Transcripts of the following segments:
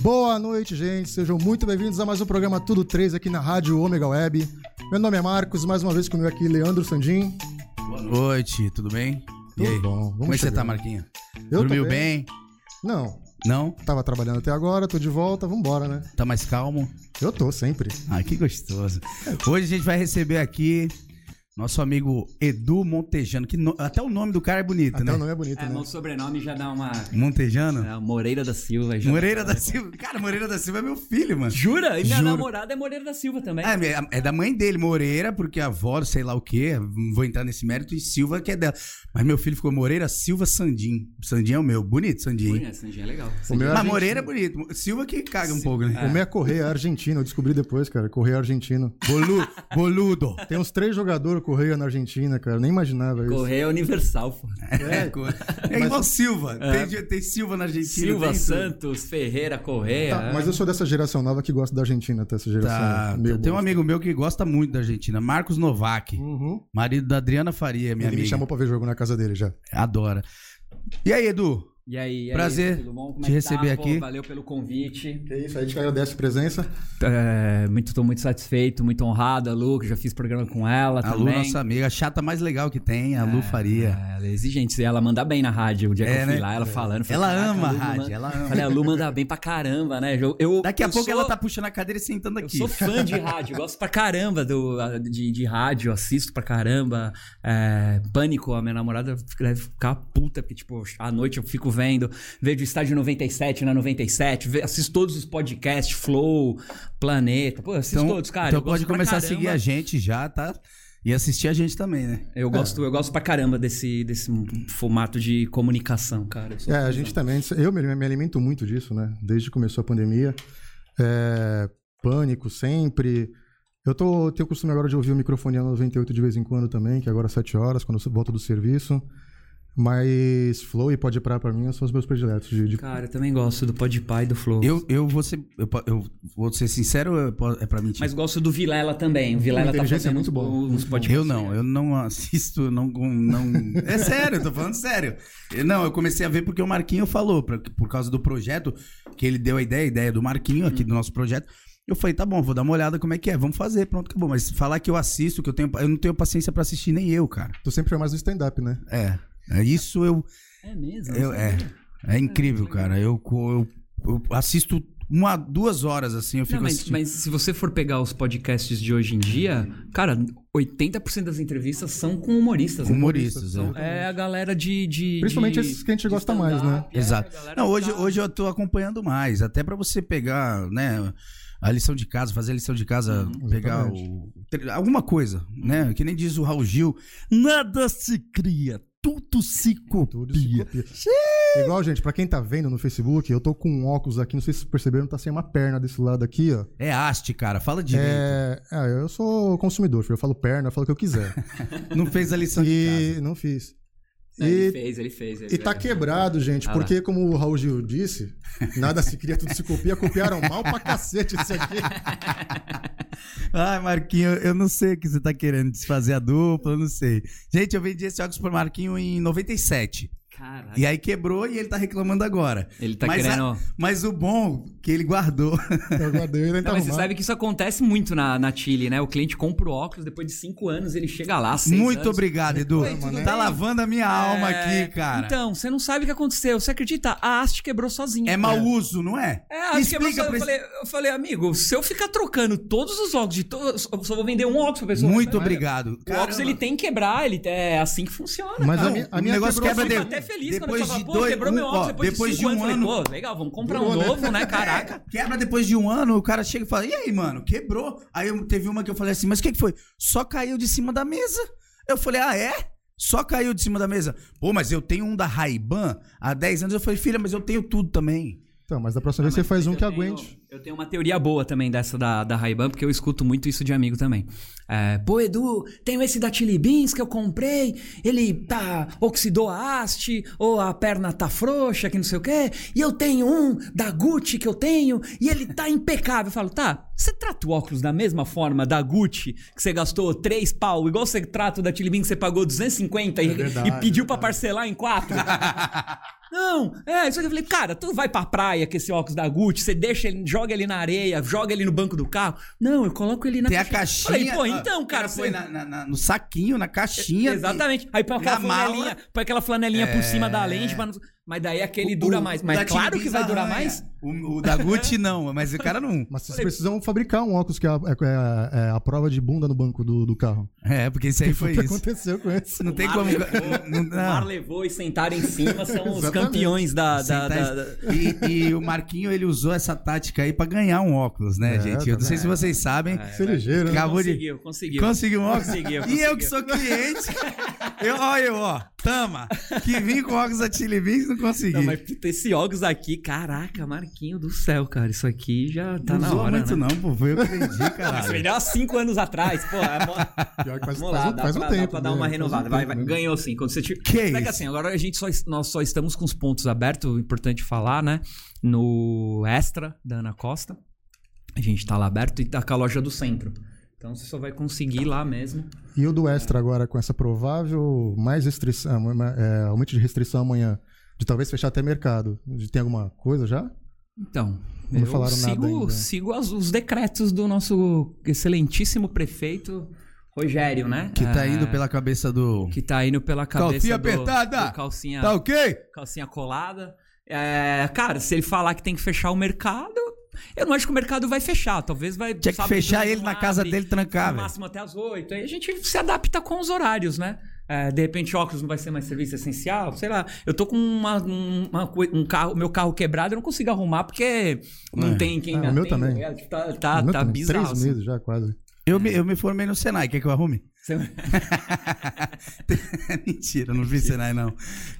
Boa noite, gente. Sejam muito bem-vindos a mais um programa Tudo 3 aqui na Rádio Ômega Web. Meu nome é Marcos, mais uma vez comigo aqui Leandro Sandim. Boa noite, tudo bem? Tudo bom, vamos Como é que você chegando. tá, Marquinho? Eu Dormiu tô bem. Não, Não? tava trabalhando até agora, tô de volta, vambora, né? Tá mais calmo? Eu tô sempre. Ah, que gostoso. Hoje a gente vai receber aqui nosso amigo Edu Montejano, que no- até o nome do cara é bonito, Até né? o nome é bonito, É, né? meu sobrenome já dá uma. Montejano? É, Moreira da Silva. Já Moreira da Silva. Cara, Moreira da Silva é meu filho, mano. Jura? E minha Juro. namorada é Moreira da Silva também. Ah, É, é da mãe dele, Moreira, porque a avó, sei lá o quê, não vou entrar nesse mérito, e Silva que é dela. Mas meu filho ficou Moreira Silva Sandim. Sandim é o meu, bonito Sandim. hein? Ui, essa Anjinha é legal. O meu é Mas argentino. Moreira é bonito. Silva que caga um pouco, né? O meu é Correia Argentino, eu descobri depois, cara. Correia Argentino. Bolu- boludo. Tem uns três jogadores Correia na Argentina, cara. Nem imaginava isso. Correia universal, pô. É, co- é igual Silva. É. Tem, tem Silva na Argentina. Silva tem Santos, Ferreira, Correia. Tá, mas eu sou dessa geração nova que gosta da Argentina, tá? Essa geração. Tá, meio tem um bosta. amigo meu que gosta muito da Argentina, Marcos Novak, Uhum. marido da Adriana Faria, minha Ele me amiga. chamou pra ver jogo na casa dele já. Adora. E aí, Edu? E aí, e aí, Prazer tudo bom? te Como é que tá? receber Pô, aqui. valeu pelo convite. É isso, a gente agradece a presença. É, muito, tô muito satisfeito, muito honrado. A Lu, que já fiz programa com ela a Lu, também. nossa amiga, a chata mais legal que tem, a Lu Faria. É, Ela é exigente, ela manda bem na rádio. O dia que É, eu fui né? lá, ela falando. eu falei, Ela "Caraca, ama a Lu rádio, manda-" ela ama. Falei, a Lu manda bem pra caramba, né? Eu, eu- Daqui a eu pouco sou- ela tá puxando a cadeira e sentando Eu aqui. sou fã de rádio, gosto pra caramba do, de, de rádio, assisto pra caramba. É, pânico, a minha namorada deve ficar puta, porque, tipo, à noite eu fico vendo, vejo o estádio 97 na 97, ve- assisto todos os podcasts, Flow, Planeta, pô, eu assisto Então, todos, cara. então eu gosto pode pra começar a caramba. seguir a gente já, tá? E assistir a gente também, né? Eu gosto, eu gosto pra caramba desse, desse formato de comunicação, cara. Eu sou É, a fãzão. gente também. Eu me, me alimento muito disso, né? Desde que começou a pandemia. É, pânico sempre. Eu tô, tenho o costume agora de ouvir o microfone 98 de vez em quando também, que agora é 7 horas, quando eu volto do serviço. Mas Flow e Pode Parar pra mim são os meus prediletos. De, de- Cara, eu também gosto do Podpah e do Flow. Eu, eu, vou, ser, eu, po- eu vou ser sincero, eu po- é pra mentir. Mas gosto do Vilela também. O Vilela tá Inteligência fazendo é muito bom, uns, uns muito bom. podcasts. Eu não, eu não assisto, não. não... É sério, eu tô falando sério. Eu- Não, eu comecei a ver porque o Marquinho falou, pra- por causa do projeto, que ele deu a ideia, a ideia do Marquinho aqui do nosso projeto. Eu falei, tá bom, vou dar uma olhada como é que é, vamos fazer, pronto, acabou. Mas falar que eu assisto, que eu tenho. Eu não tenho paciência pra assistir nem eu, cara. Tu sempre foi mais do stand-up, né? É. é isso eu. É mesmo? eu é, é incrível, cara. Eu, co- eu, eu assisto uma, duas horas assim, eu fico Não, mas, assistindo. mas se você for pegar os podcasts de hoje em dia, cara, 80% das entrevistas são com humoristas. né? Humoristas, é. É a galera de. de Principalmente de- esses que a gente de gosta mais, stand-up, né? é, Exato. a galera Não, hoje, tá- hoje eu tô acompanhando mais, até pra você pegar, né, a lição de casa, fazer a lição de casa, pegar o, tre- alguma coisa, né? Que nem diz o Raul Gil, nada se cria, tudo se Tudo se copia. copia. Igual, gente, pra quem tá vendo no Facebook, eu tô com um óculos aqui, não sei se vocês perceberam, tá sem uma perna desse lado aqui, ó. É haste, cara, fala direito. É, ah, eu sou consumidor, filho. Eu falo perna, eu falo o que eu quiser. Não fez a lição de e não fiz. É, Ele E, fez, ele fez. ele e tá fez. quebrado, gente, Ah lá. porque como o Raul Gil disse, nada se cria, tudo se copia. Copiaram mal pra cacete isso aqui. casa. Ai, Marquinho, eu não sei o que você tá querendo, desfazer a dupla, eu não sei. Gente, eu vendi esse óculos pro Marquinho em 97. Caraca. E aí quebrou e ele tá reclamando agora. Ele tá mas a- é- querendo. Mas o bom que ele guardou. Eu guardei, eu nem Não, tava mas você sabe que isso acontece muito na, na Chile, né? O cliente compra o óculos, depois de cinco anos ele chega lá, seis Muito anos, obrigado, Edu. Oi, tudo tá bem? lavando a minha alma É, aqui, cara. Então, você não sabe o que aconteceu. Você acredita? A haste quebrou sozinha. é mau uso, não é? É, acho que é Explica pra- pra eu, falei, eu falei, amigo, se eu ficar trocando todos os óculos de todos, eu só vou vender um óculos pra pessoa. Muito Mas obrigado. O óculos ele tem que quebrar, ele é assim que funciona. Mas Não, a minha, a o minha negócio quebrou- quebra eu de- fico até feliz quando a depois pessoa de fala, pô, dois- quebrou meu um- óculos ó, depois, depois de de cinco um anos. ano. Falei, pô, legal, vamos comprar um Durou, né? novo, né? Caraca. Quebra depois de um ano, o cara chega e fala: E aí, mano, quebrou? Aí eu- teve uma que eu falei assim: Mas o que, que foi? Só caiu de cima da mesa. Eu falei: Ah, é? Só caiu de cima da mesa. Pô, mas eu tenho um da Ray-Ban há 10 anos. Eu falei: Filha, mas eu tenho tudo também. Então, mas da próxima vez você faz um que aguente. Ah, Eu tenho uma teoria boa também dessa da, da Ray-Ban, porque eu escuto muito isso de amigo também. É, Pô, Edu, tenho esse da Chili Beans que eu comprei, ele tá oxidou a haste, ou a perna tá frouxa, que não sei o quê, e eu tenho um da Gucci que eu tenho, e ele tá impecável. Eu falo, tá, você trata o óculos da mesma forma da Gucci, que você gastou três pau, igual você trata o da Chili Beans que você pagou 250 e, É verdade, e pediu pra verdade. parcelar em quatro? Não, é, isso aqui eu falei, cara, tu vai pra praia com esse óculos da Gucci, você deixa ele, joga ele na areia, joga ele no banco do carro. Não, eu coloco ele na Tem a caixinha. Falei, pô, então, o cara, põe você... na- na- na- no saquinho, na caixinha. Exatamente. Aí põe aquela na mala. É. flanelinha, põe aquela flanelinha por cima da lente, pra não- mas daí aquele dura mais. Mas da claro que Timbis vai durar arranha. mais. O, o da Gucci não, mas o cara não. Mas vocês precisam fabricar um óculos que é a, é- é a prova de bunda no banco do, do carro. É, porque isso aí foi o que isso. aconteceu com esse? Não tem como. Não, Ah, O mar não. levou e sentar em cima são os Exatamente. campeões da. da, da, Sentar- E, e o Marquinho, ele usou essa tática aí pra ganhar um óculos, né, É, gente? Eu não sei se vocês sabem. Ser ligeiro, né? Acabou de. Conseguiu, É, conseguiu. Conseguiu um óculos? Conseguiu, E eu conseguiu. que sou cliente. Eu, ó, eu, ó. Tama. Que vim com óculos da Chili Beans não consegui. Não, mas puta, esse óculos aqui, caraca, Marquinho do céu, cara. Isso aqui já tá não na zoa hora. muito, né? não, pô. Foi eu que vendi, Isso caralho. vendeu há cinco anos atrás, pô. É mó... Pior que faz, Vamos lá, faz um- dá, faz um pra, dá tempo. pra dar né? uma Faz um renovada. Vai, tempo, né? vai. Ganhou sim. Quando você tiver. Que Mas é que isso? assim, agora a gente só, nós só estamos com os pontos abertos, importante falar, né? No Extra da Ana Costa. A gente tá lá aberto e tá com a loja do centro. Então você só vai conseguir lá mesmo. E o do extra agora, com essa provável mais restrição, é, aumento de restrição amanhã, de talvez fechar até mercado. De- Tem alguma coisa já? Então, Não eu falaram nada sigo, ainda. sigo as- os decretos do nosso excelentíssimo prefeito Rogério, né? Que tá Ah. É, indo pela cabeça do. que tá indo pela cabeça Calcinha do- apertada! do calcinha Tá ok? calcinha colada. É, cara, se ele falar que tem que fechar o mercado, eu não acho que o mercado vai fechar. Talvez vai. Tinha que sábado fechar não ele na abre, casa dele trancar, No velho. máximo até as 8. Aí a gente se adapta com os horários, né? É, de repente, óculos não vai ser mais serviço essencial, sei lá. Eu tô com uma, um- uma coi- um carro, meu carro quebrado, eu não consigo arrumar porque não É. tem quem Ah, me o meu atenda, também. né? Tipo, Tá, tá, Não, tá tem bizarro. Três assim. meses já, quase. Eu, me, eu me formei no Senai, quer que eu arrume? É. Você- Mentira, não vi Senai, não.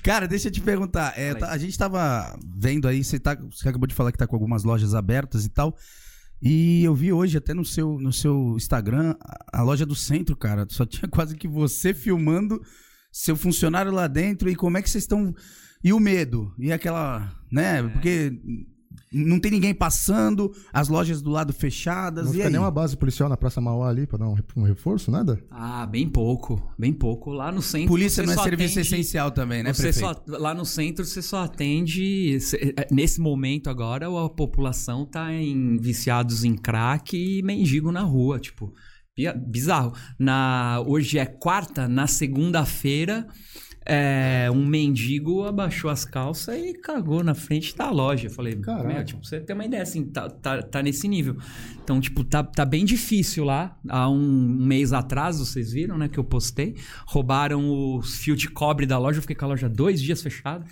Cara, deixa eu te perguntar. é, Fala aí. tá- a gente tava vendo aí, você, tá, você acabou de falar que tá com algumas lojas abertas e tal. E eu vi hoje até no seu, no seu Instagram, a, a loja do centro, cara. Só tinha quase que você filmando seu funcionário lá dentro e como é que vocês estão. E o medo? E aquela. né? É. Porque. Não tem ninguém passando, as lojas do lado fechadas. Não e fica aí? nenhuma base policial na Praça Mauá ali pra dar um, re- um reforço, nada? Ah, bem pouco, bem pouco. Lá no centro. Polícia Então não você é só serviço atende- essencial também, né, Você prefeito? só, lá no centro você só atende. cê- é, Nesse momento agora, a população tá em viciados em crack e mendigo na rua, tipo. bi- Bizarro. Na, hoje é quarta, na segunda-feira, é, um mendigo abaixou as calças e cagou na frente da loja. Eu falei, Caralho. meu, tipo, você tem uma ideia, assim, tá, tá, tá nesse nível. Então, tipo, tá, tá bem difícil lá. Há um mês atrás, vocês viram, né, que eu postei. Roubaram os fios de cobre da loja, eu fiquei com a loja dois dias fechada.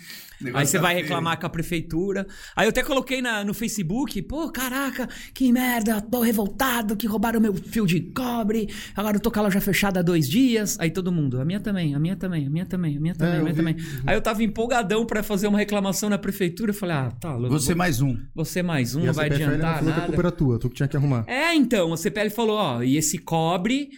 Aí tá você vai reclamar com a prefeitura. Aí eu até coloquei na- no Facebook, pô, caraca, que merda, tô revoltado que roubaram meu fio de cobre, agora eu tô com a loja fechada há dois dias. Aí todo mundo, a minha também, a minha também, a minha também, a minha também, a É, eu minha vi. também. Aí eu tava empolgadão pra fazer uma reclamação na prefeitura, eu falei, ah, tá, louco, Você mais um. você mais um, e a não vai CPFL ainda adiantar falou que a nada. culpa é era tua, tu que tinha que arrumar. É, então, a CPL falou, ó, e esse cobre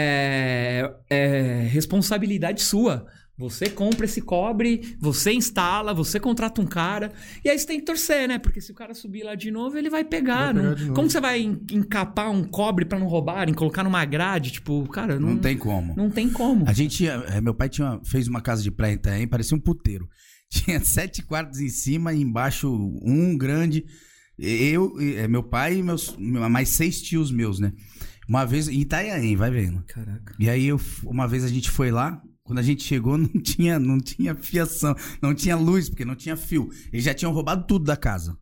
é, é responsabilidade sua. Você compra esse cobre, você instala, você contrata um cara. E aí você tem que torcer, né? Porque se o cara subir lá de novo, ele vai pegar. Vai pegar não- de novo. Como você vai en- encapar um cobre pra não roubarem, colocar numa grade? Tipo, cara, não, Não tem como. não tem como. A gente, tinha- eh, meu pai tinha, fez uma casa de praia em Itaém, parecia um puteiro. Tinha sete quartos em cima e embaixo um grande. Eu, eh, meu pai e meus, mais seis tios meus, né? Uma vez, em Itanhaém, vai vendo. Caraca. E aí, eu, f- uma vez a gente foi lá, quando a gente chegou, não tinha, não tinha fiação, não tinha luz, porque não tinha fio. Eles já tinham roubado tudo da casa.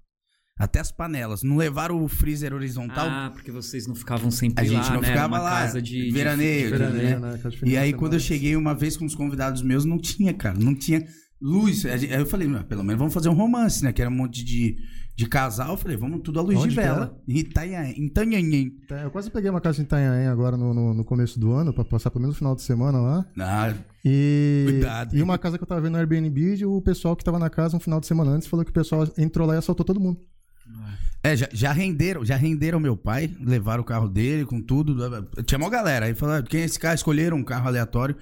Até as panelas. Não levaram o freezer horizontal, Ah, porque vocês não ficavam sempre Então, A gente lá, não né? Era ficava uma lá, casa de, de- veraneio, de- veraneio. né? Aquela de E final aí, de quando eu semana. cheguei uma vez com os convidados meus, não tinha, cara. Não tinha luz. Aí eu falei, "Ah, pelo menos vamos fazer um romance, né? Que era um monte de, de casal. Eu falei, vamos tudo à luz Onde de que vela. tá Em Itanhaém. Em Itanhaém. Tá, Eu quase peguei uma casa em Itanhaém agora no, no- no começo do ano, pra passar pelo menos o final de semana lá. Ah, E, Cuidado. e uma casa que eu tava vendo no Airbnb, o pessoal que tava na casa um final de semana antes falou que o pessoal entrou lá e assaltou todo mundo. É, já, já renderam, já renderam meu pai, levaram o carro dele com tudo. Tinha uma galera aí falaram, quem é esse cara? Escolheram um carro aleatório.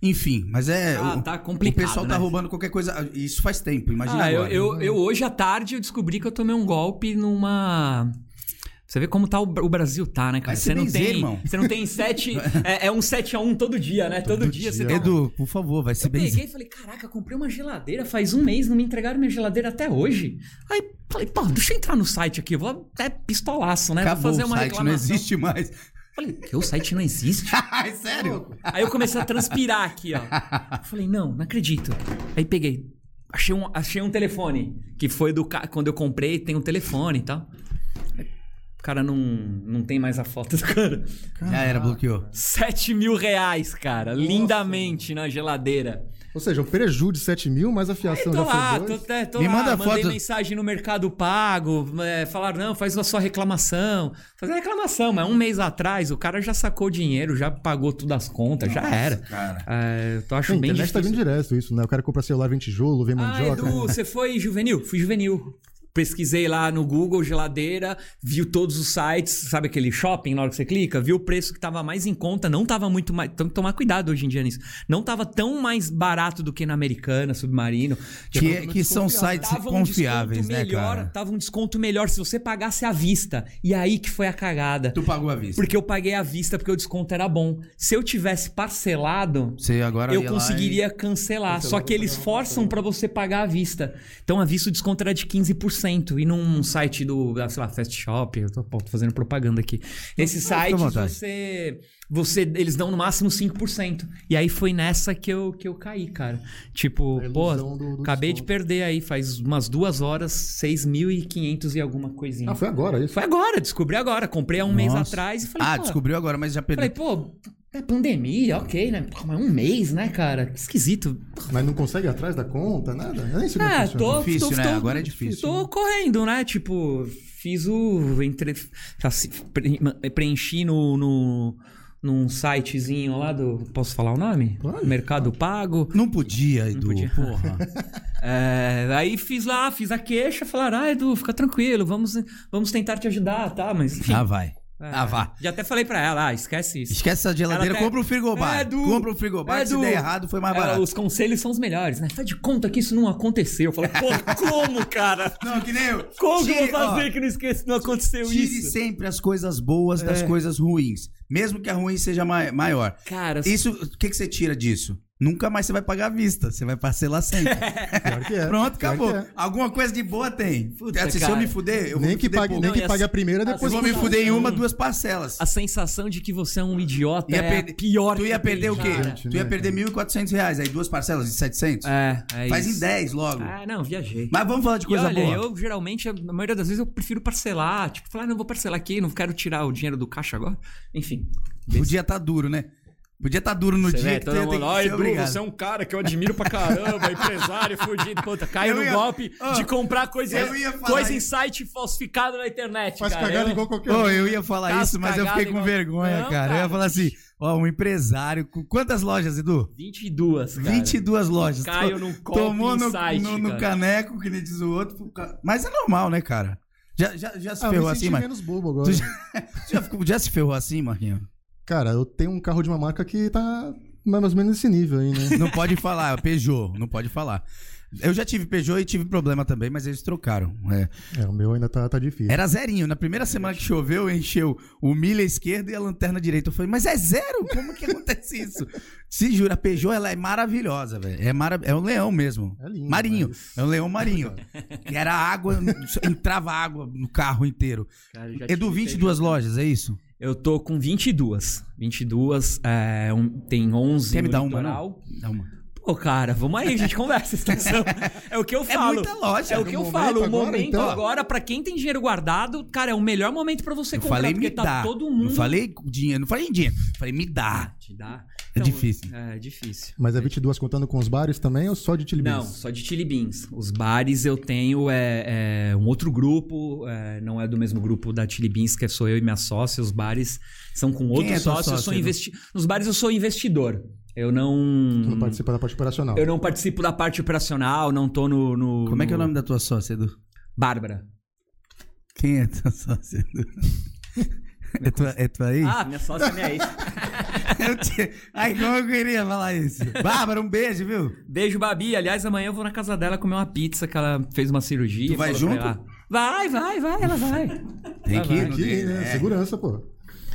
Enfim, mas é. Ah, o, tá complicado, O pessoal tá né? roubando qualquer coisa. Isso faz tempo, imagina. Ah, eu, agora. eu, eu hoje à tarde eu descobri que eu tomei um golpe numa. Você vê como tá o, Bra- o Brasil tá, né, cara? Vai se Você não, benzer, tem, irmão. você não tem sete. é, é um 7 a 1 todo dia, né? Todo, Todo dia, você dia. tem. um- Edu, por favor, vai se Eu benzer. peguei né, e falei, caraca, comprei uma geladeira faz um mês, não me entregaram minha geladeira até hoje. Aí falei, pô, deixa eu entrar no site aqui, eu vou até pistolaço, né? Acabou vou fazer uma o site, não reclamação. existe mais. Falei, que o site não existe? Ai, sério? Aí eu comecei a transpirar aqui, ó. Falei, não, não acredito. Aí peguei. Achei um, achei um telefone. Que foi do ca... quando eu comprei, tem um telefone e tal. O cara não, não tem mais a foto do cara. Já era, bloqueou. 7 mil reais, cara. lindamente na geladeira. Ou seja, um prejuízo de 7 mil, mais a fiação Tô já foi lá, tô, dois. é, tô Me lá, manda a mandei foto. mensagem no Mercado Pago, é, falaram, não, faz a sua reclamação. Faz a reclamação, mas um mês atrás o cara já sacou o dinheiro, já pagou tudo as contas, já era. Cara. É, eu tô Sim, acho a bem internet tá difícil. vindo direto isso, né? O cara compra celular, vem tijolo, vem Ah, mandioca. Edu, você foi juvenil? Fui juvenil. Pesquisei lá no Google, geladeira, viu todos os sites, sabe aquele shopping na hora que você clica? Viu o preço que tava mais em conta, não tava muito mais. Tem que tomar cuidado hoje em dia nisso. Não tava tão mais barato do que na americana, submarino. Que, é- que são sites Tava um confiáveis, desconto né, melhor, cara? Tava um desconto melhor se você pagasse à vista. E aí que foi a cagada. Tu pagou a vista. Porque eu paguei à vista porque o desconto era bom. Se eu tivesse parcelado, Você agora eu ia lá conseguiria cancelar. Só que eles forçam pra você pagar à vista. Então, a vista o desconto era de 15%. E num site do, ah, sei lá, Fast Shop, eu tô, pô, tô fazendo propaganda aqui. Nesses fica à sites, vontade. você, você, eles dão no máximo 5%. E aí foi nessa que eu, que eu caí, cara. Tipo, A pô, ilusão do- do acabei de desconto. perder aí, faz umas duas horas, 6.500 e alguma coisinha. Ah, foi agora isso. Foi agora, descobri agora. Comprei há um mês Nossa. atrás e E... falei, Ah, pô, descobriu agora, mas já perdeu. Falei, pô, é pandemia, ok, né? Pô, mas um mês, né, cara? Que esquisito. Mas não consegue ir atrás da conta, nada? Eu nem sei como Ah, funciona. tô, Difícil, tô, né? tô- Agora é difícil. Tô correndo, né? Tipo, fiz o. Entre, assim, pre- preenchi no, no, num sitezinho lá do. Posso falar o nome? Pode. Mercado Pago. Não podia, Edu. podia. Porra. É, aí fiz lá, fiz a queixa, falaram, ah, Edu, fica tranquilo, vamos, vamos tentar te ajudar, tá? Mas enfim. Ah, vai. É. Ah, vá. Já até falei pra ela, ah, esquece isso. Esquece essa geladeira, Ela até- compra um frigobar. É, Edu. Compra um frigobar, É, que se Edu. der errado foi mais É, barato. os conselhos são os melhores, né? Faz de conta que isso não aconteceu. Eu falo, pô, como, cara? Não, que nem eu. Como que eu Tire- vou fazer ó, que não esqueça, não aconteceu Tire isso? É. sempre as coisas boas das coisas ruins. Mesmo que a ruim seja mai- maior. Cara, Isso, o que, que você tira disso? Nunca mais você vai pagar à vista. Você vai parcelar sempre. Pior que é. Pronto, pior acabou. que é. Alguma coisa de boa tem. Puta, Se eu cara. me fuder, eu vou Nem me que fuder pague, pouco. nem que Não, e pague a assim- primeira, Eu depois vou que me pague. fuder em uma, duas parcelas. a sensação de que você é um idiota Ia é perder- a pior Tu que ia tem, perder o quê? cara. Gente, Tu ia né, perder 1.400 reais. Aí duas parcelas de 700? É, é Faz em isso. 10 logo. Ah, não, viajei. Mas vamos falar de E coisa olha, boa. eu geralmente, na maioria das vezes, eu prefiro parcelar. Tipo, falar, ah, não vou parcelar aqui, não quero tirar o dinheiro do caixa agora. Enfim. O dia tá duro, né? Podia tá duro no Você dia vê, que todo tem- tem mundo, que "Ó, ser Edu, obrigado." você é um cara que eu admiro pra caramba, empresário, fudido, puta, caiu Eu no ia- golpe Ó, de comprar coisa, eu ia falar coisa em isso. site falsificado na internet, Faz cara. cagada Eu- igual qualquer Ô, um. eu ia falar Casca isso, mas eu fiquei cagada com igual- vergonha, Não, cara. Eu ia cara. falar assim, ó, um empresário. com- Quantas lojas, Edu? 22, cara. 22 lojas. Caio To- num golpe Tomou em no, site, no- no cara. caneco, que nem diz o outro. Mas é normal, né, cara? Já, já, já se Ah, eu ferrou me assim, senti mas... menos bobo agora. Tu já, já ficou- já se ferrou assim, Marquinhos? Cara, eu tenho um carro de uma marca que tá mais ou menos nesse nível aí, né? Não pode falar, é Peugeot, não pode falar. Eu já tive Peugeot e tive problema também, mas eles trocaram. é. É, o meu ainda tá, tá difícil. Era zerinho. Na primeira semana que choveu, encheu o milha esquerda e a lanterna direita. Eu falei, mas é zero? Como que acontece isso? Se jura, a Peugeot ela é maravilhosa, velho. É, mara... é um leão mesmo. É lindo, marinho. mas- É um leão marinho. E era água, entrava água no carro inteiro. Cara, já Edu, tive 22 lojas, é isso? Eu tô com 22. 22, é, um- tem 11 Quer me no dar uma, litoral. Dá É uma. Pô, cara, vamos aí, a gente conversa. extensão. É o que eu É falo. muita um loja. É o que No eu momento falo, o agora, momento então? agora, pra quem tem dinheiro guardado, cara, é o melhor momento pra você Eu comprar, falei porque me dá. tá todo Não mundo "Ah, falei dinheiro, não falei em dinheiro. Falei me dá. Te dá. É difícil. É, é difícil. Mas é 22 contando com os bares também ou só de Tilibins? Não, só de Chili Beans. Os bares eu tenho é, é, um outro grupo, é, não é do mesmo grupo da Chili Beans, que sou eu e minha sócia. Os bares são com outro é tua sócio. Eu sócia, sou Edu? investi... Nos bares eu sou investidor. Eu não. Tu não participa da parte operacional. Eu não participo da parte operacional, não tô no. no- Como é que é o no- nome da tua sócia, Edu? Bárbara. Quem é tua sócia? É tua, é tua ex? Ah, minha sócia é minha ex. Eu te- Ai, como eu queria falar isso. Bárbara, um beijo, viu? Beijo, Babi. Aliás, amanhã eu vou na casa dela comer uma pizza que ela fez uma cirurgia. Tu vai falou junto? pra ir lá. Vai, vai, vai, ela vai. Tem Vai, que vai. ir, não Aqui, tem- né? é. Segurança, pô.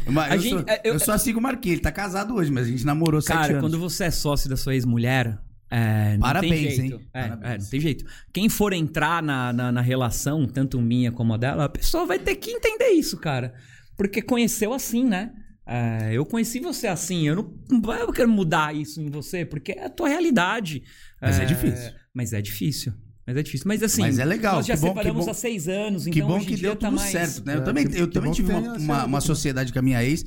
Mas A eu, gente- só, é, eu- eu só sigo o Marquinhos, ele tá casado hoje, mas a gente namorou sete Cara, anos. quando você é sócio da sua ex-mulher. É, não tem Parabéns, jeito. hein? É, Parabéns. é, não tem jeito. Quem for entrar na, na, na relação, tanto minha como a dela, a pessoa vai ter que entender isso, cara. Porque conheceu assim, né? É, eu conheci você assim. Eu não, não vai- eu quero mudar isso em você, porque é a tua realidade. Mas é difícil. Mas é difícil. Mas é difícil. Mas assim. Mas é legal, Nós já que bom, que separamos bom- há seis anos, que então bom hoje que em dia deu tá tudo mais... certo, né? É, eu também, que- eu que também bom tive que uma, tenha uma, sido. uma sociedade com a minha ex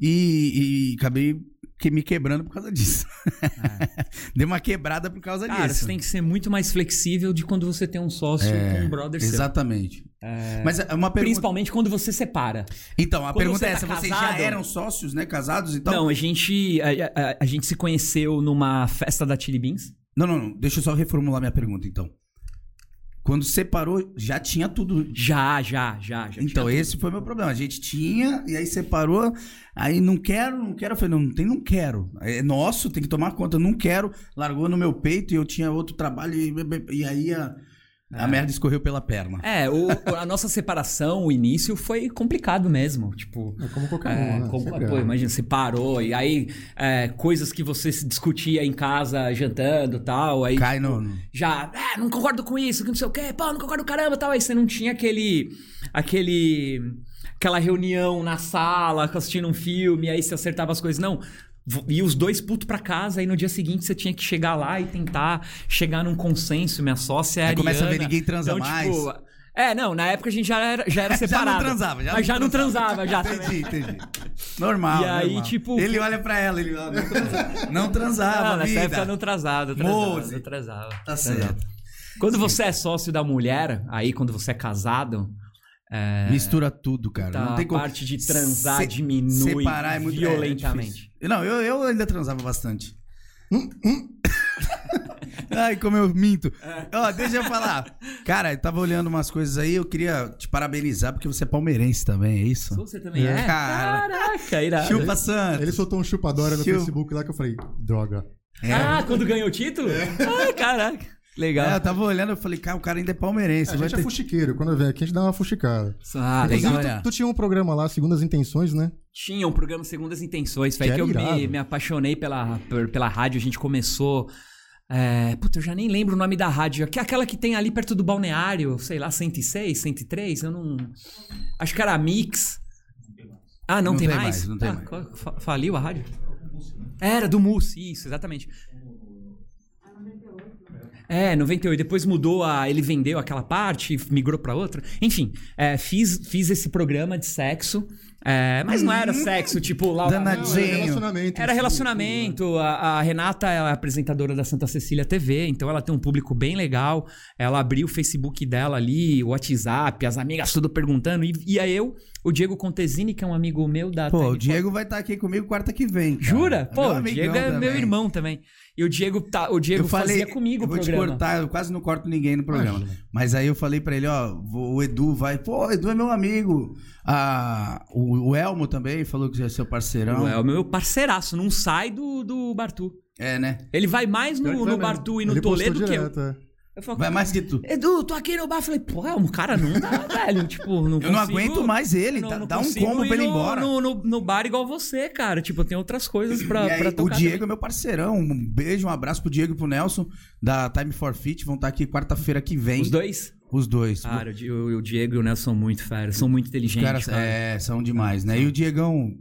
e, e acabei que me quebrando por causa disso. É. Deu uma quebrada por causa Cara, disso. você tem que ser muito mais flexível de quando você tem um sócio É, com um brother seu. Exatamente. Mas é uma pergunta. Principalmente quando você separa. Então, a Quando pergunta você é tá essa: vocês já casado- eram sócios, né? Casados e tal? Não, a gente, a, a- a gente se conheceu numa festa da Chili Beans. Não, não, não. Deixa eu só reformular minha pergunta, então. Quando separou, já tinha tudo. Já, já, já, já. Então, tinha- esse foi meu problema. A gente tinha, e aí separou. Aí não quero, não quero. Eu falei, não, não tem, não quero. É nosso, tem que tomar conta, não quero. Largou no meu peito e eu tinha outro trabalho. E, e aí a, a merda escorreu pela perna. É, o- a nossa separação, o início, foi complicado mesmo. Tipo, É como qualquer É, um, né? como- Sempre pô, é. imagina, você parou, e aí é, coisas que você se discutia em casa, jantando tal, aí Cai no. no- já, "É, não concordo com isso, que não sei o quê, pô, não concordo caramba tal, aí você não tinha aquele, aquele, aquela reunião na sala, assistindo um filme, aí você acertava as coisas, não... v- E os dois putos pra casa, aí no dia seguinte você tinha que chegar lá e tentar chegar num consenso. Minha sócia é a Aí começa a ver Ariana. Então, ninguém transa mais. é, não, na época a gente já era, já era Já não separado. transava, já mas já não transava, já. também. Entendi, entendi. Normal. E aí, normal. tipo- Ele olha pra ela, ele olha. Não transava. Não transava, Não, nessa vida. época eu não transava, eu transava, Moze. eu transava. Tá certo. Quando você é sócio da mulher, aí quando você é casado, Mistura tudo, cara. É. tá, não tem a como. parte de transar Se- diminui separar é muito- é, é violentamente. Não, eu, eu ainda transava bastante. Hum, Ai, como eu minto. É. Ó, deixa eu falar. Cara, eu tava olhando umas coisas aí, eu queria te parabenizar porque você é palmeirense também, é isso? Você também é? Cara. Caraca, irado. Chupa Santos. Ele soltou um chupadora no Chupa. Facebook lá que eu falei, droga. É. Ah, quando ganhou o título? Ah, caraca. Legal. É, eu tava olhando, eu falei, cara, o cara ainda é palmeirense. A vai gente é ter- fuxiqueiro, quando vem aqui a gente dá uma fuxicada. Ah, Inclusive, legal. né? tu, tu tinha um programa lá, Segundas Intenções, né? Tinha um programa Segundas Intenções, foi Que aí que eu era me, irado. me apaixonei pela, por- pela rádio, a gente começou. É, puta, eu já nem lembro o nome da rádio. Que é aquela que tem ali perto do balneário, sei lá, 106, 103, eu não. Acho que era a Mix. Ah, não, Não tem, tem mais? mais, não tem Ah, mais. qual- fa- Faliu a rádio? Era do Mussi, isso, exatamente. É, 98. Depois mudou a. Ele vendeu aquela parte, migrou pra outra. Enfim, é, fiz, fiz esse programa de sexo. é, mas não era sexo, tipo, lá. Danadinho. era Sim. relacionamento. Era relacionamento. A, a Renata é a apresentadora da Santa Cecília TV, então ela tem um público bem legal. Ela abriu o Facebook dela ali, o WhatsApp, as amigas tudo perguntando. E, e aí eu, o Diego Contesini, que é um amigo meu da. Pô, o Tag- Diego vai estar aqui comigo quarta que vem. cara. Jura? É Pô, meu o amigão Diego é meu também. irmão também. E o Diego, tá, o Diego fazia comigo eu o vou te programa. cortar, eu quase não corto ninguém no programa. Imagina. Mas aí eu falei pra ele, ó, vou- o Edu vai, pô, o Edu é meu amigo. Ah, o, o Elmo também falou que é seu parceirão. É o meu parceiraço, não sai do, do Bartu. É, né? Ele vai mais no, no Bartu e no Ele postou Toledo que eu. direto, é. eu falo, Vai mais que tu. Edu, tô aqui no bar. Falei, pô, é um cara não dá, velho. Tipo, não Eu não consigo- aguento mais ele, não- dá, não dá um consigo combo pra ir ele ir no- embora. No, no, no bar igual você, cara. Tipo, eu tenho outras coisas pra, E aí, pra o tocar. Diego é meu parceirão. Um beijo, um abraço pro Diego e pro Nelson da Time for Fit. Vão estar aqui quarta-feira que vem. também. Os dois? Ah, Os dois. Cara, o Di- o, o Diego e o Nelson são muito férias, são muito Os inteligentes. caras cara. é, são demais, né? E o Diegão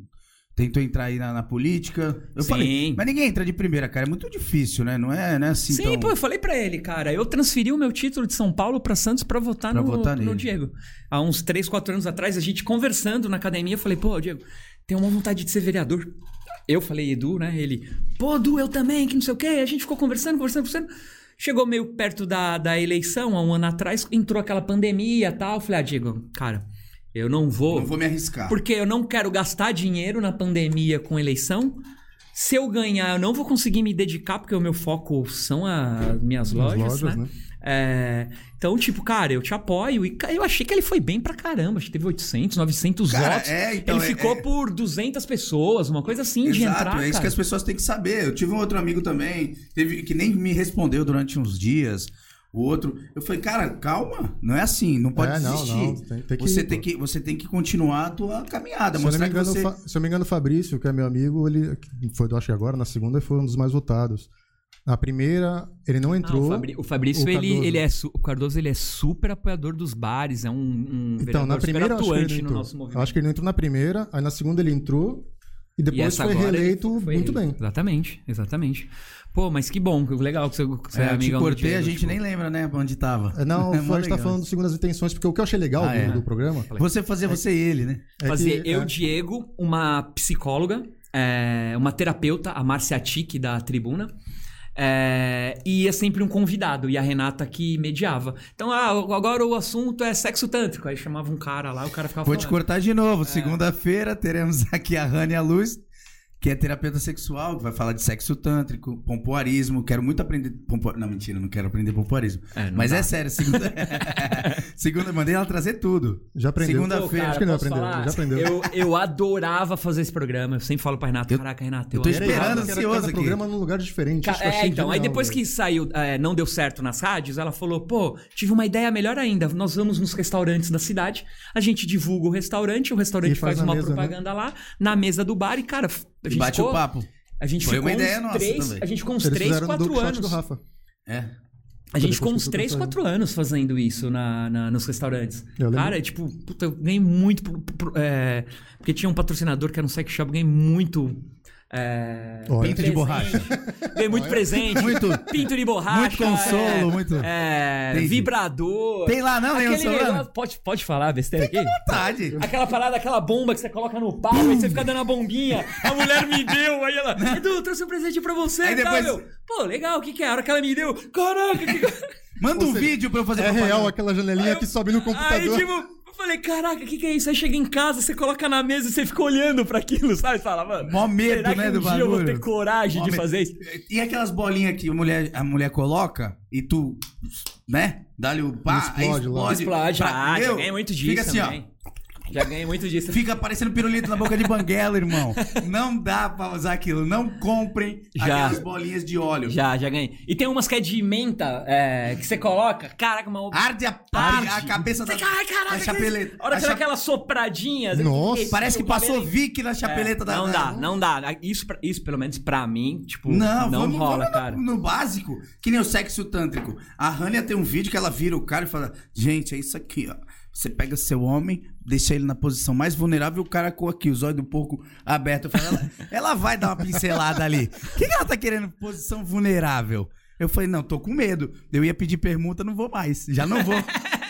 tentou entrar aí na, na política. Eu Sim. falei, mas ninguém entra de primeira, cara. É muito difícil, né? Não é, não é assim. Sim, tão- pô, eu falei pra ele, cara. Eu transferi o meu título de São Paulo pra Santos pra votar, Pra no, votar no nele. Diego. Há uns 3, 4 anos atrás, a gente conversando na academia, eu falei, pô, Diego, tenho uma vontade de ser vereador. Eu falei, Edu, né? Ele, pô, Edu, eu também, que não sei o quê. A gente ficou conversando, conversando, conversando. Chegou meio perto da, da eleição, há um ano atrás, entrou aquela pandemia e tal. Eu falei, ah, Diego, cara, eu não vou. Não vou me arriscar. Porque eu não quero gastar dinheiro na pandemia com eleição. Se eu ganhar, eu não vou conseguir me dedicar, porque o meu foco são as minhas Nas lojas, né? né? É, então, tipo, cara, eu te apoio. E ca- eu achei que ele foi bem pra caramba. Acho que teve 800, 900 Cara, votos. é, então, ele é- ficou é- por 200 pessoas, uma coisa assim, de Exato, entrar, é isso que cara. as pessoas têm que saber. Eu tive um outro amigo também, teve, que nem me respondeu durante uns dias. O outro, eu falei, cara, calma, não é assim, não pode É, não, desistir. não, tem- tem que você, ir, tem pô. que, você tem que continuar a tua caminhada, Se eu, não me mostrar que engano, você... o Fa- se eu não me engano, o Fabrício, que é meu amigo, ele foi, eu acho que agora, na segunda, foi um dos mais votados. Na primeira, ele não Ah, o, entrou. Fabri- o Fabrício, o ele, Cardoso. ele é su- o Cardoso ele é super apoiador dos bares, é um, um então, na primeira, eu vereador super acho que ele atuante não no entrou. nosso movimento. Eu acho que ele não entrou na primeira, aí na segunda ele entrou e E depois essa foi agora ele reeleito foi muito eleito. bem. Exatamente, exatamente. Pô, mas que bom, que legal que você, que É, você é, eu te amigão do cortei, Diego, a gente tipo, nem lembra, né, onde tava. É, Não, É a mó gente tá legal falando do Segundas Intenções, porque o que eu achei legal Ah, do, é. do programa isso. Você fazia você e ele, né? é Fazer que... eu, é, Diego, uma psicóloga, é, uma terapeuta, a Márcia Tic, da Tribuna. é, e é sempre um convidado, e a Renata que mediava. Então, ah, agora o assunto é sexo tântrico. Aí chamava um cara lá, o cara ficava Vou te falando. É. cortar de novo. Segunda-feira teremos aqui a Rani Luz, que é terapeuta sexual, que vai falar de sexo tântrico, pompoarismo. Quero muito aprender. pompo- Não, mentira, não quero aprender pompoarismo. É, não Mas dá. é sério, segunda. segunda, mandei ela trazer tudo. Já aprendeu. Segunda- Pô, feira. cara, Acho que não posso aprendeu, falar? já aprendeu. Eu, eu adorava fazer esse programa. Eu sempre falo pra Renata, Eu- caraca, Renata, eu tô adorava." Era esperando, errado, que era ansioso cada aqui. programa num lugar diferente. Ca- isso que eu É, achei então, aí genial, né? depois velho. que saiu, é, não deu certo nas rádios, ela falou, pô, tive uma ideia melhor ainda. Nós vamos nos restaurantes da cidade, a gente divulga o restaurante, o restaurante E faz na faz, uma mesa, né? propaganda lá, na mesa do bar, e, cara, a E gente bate ficou, o papo. A gente Foi ficou uma ideia uns nossa três, também. A gente ficou uns Eles três fizeram no quatro Dope Shot do anos. Rafa. É. A gente Depois ficou que uns eu tô 3, pensando. 4 anos fazendo isso na, na- nos restaurantes. Eu lembro. Cara, é tipo, puta, eu ganhei muito. por- por- é, porque tinha um patrocinador que era um sex shop, eu ganhei muito. É, Olha. Pinto de borracha. Ganhei muito presente. Muito. Pinto de borracha. Muito consolo, é, muito- é, Entendi. vibrador. Tem lá, não, Aquele Leandro Solano? negócio, pode, pode falar besteira aqui? Vontade. Aquela parada, aquela bomba que você coloca no pau, aí você fica dando a bombinha, a mulher me deu, aí ela, Edu, eu trouxe um presente pra você, Né? Aí e tal, depois- eu, Pô, legal, o que que é? A hora que ela me deu, caraca, que... Manda um vídeo pra eu fazer É real propaganda. aquela janelinha que sobe no computador. Aí, tipo, eu falei, caraca, o que, que é isso? Aí chega em casa, você coloca na mesa e você fica olhando pra aquilo, sabe? Você fala, mano. Mó medo, será que né, um do dia eu vou bagulho? ter coragem de Homem- fazer isso? E aquelas bolinhas que a mulher, a mulher coloca e tu, né? Dá-lhe o pá, Não explode aí logo. explode. Explode, Pra- ah, já Meu, ganhei muito disso Fica assim, também. Já ganhei muito ó. disso. Fica parecendo pirulito na boca de banguela, irmão. Não dá pra usar aquilo. Não comprem Já. aquelas bolinhas de óleo. Já, já ganhei. E tem umas que é de menta, é, que você coloca, caraca, uma... Arde a, pá, Arde. a cabeça da, Ai, caraca, da chapeleta. a hora A é que cha- dá aquela sopradinha... você- Nossa. Parece que o passou cabelo- Vic na chapeleta da... tipo É, Não dá, não dá. Isso, pra- isso, pelo menos pra mim, tipo, Não, não, vamos, rola, vamos no- cara. No, básico, que nem o sexo tântrico. A Rania tem um vídeo que ela vira o cara e fala: Gente, é isso aqui, ó. Você pega seu homem, deixa ele na posição mais vulnerável, o cara com aqui, os olhos do porco aberto. Eu falo, ela, ela vai dar uma pincelada ali. O que, que ela tá querendo? Posição vulnerável. Eu falei, não, tô com medo. Eu ia pedir permuta, não vou mais. Já não vou.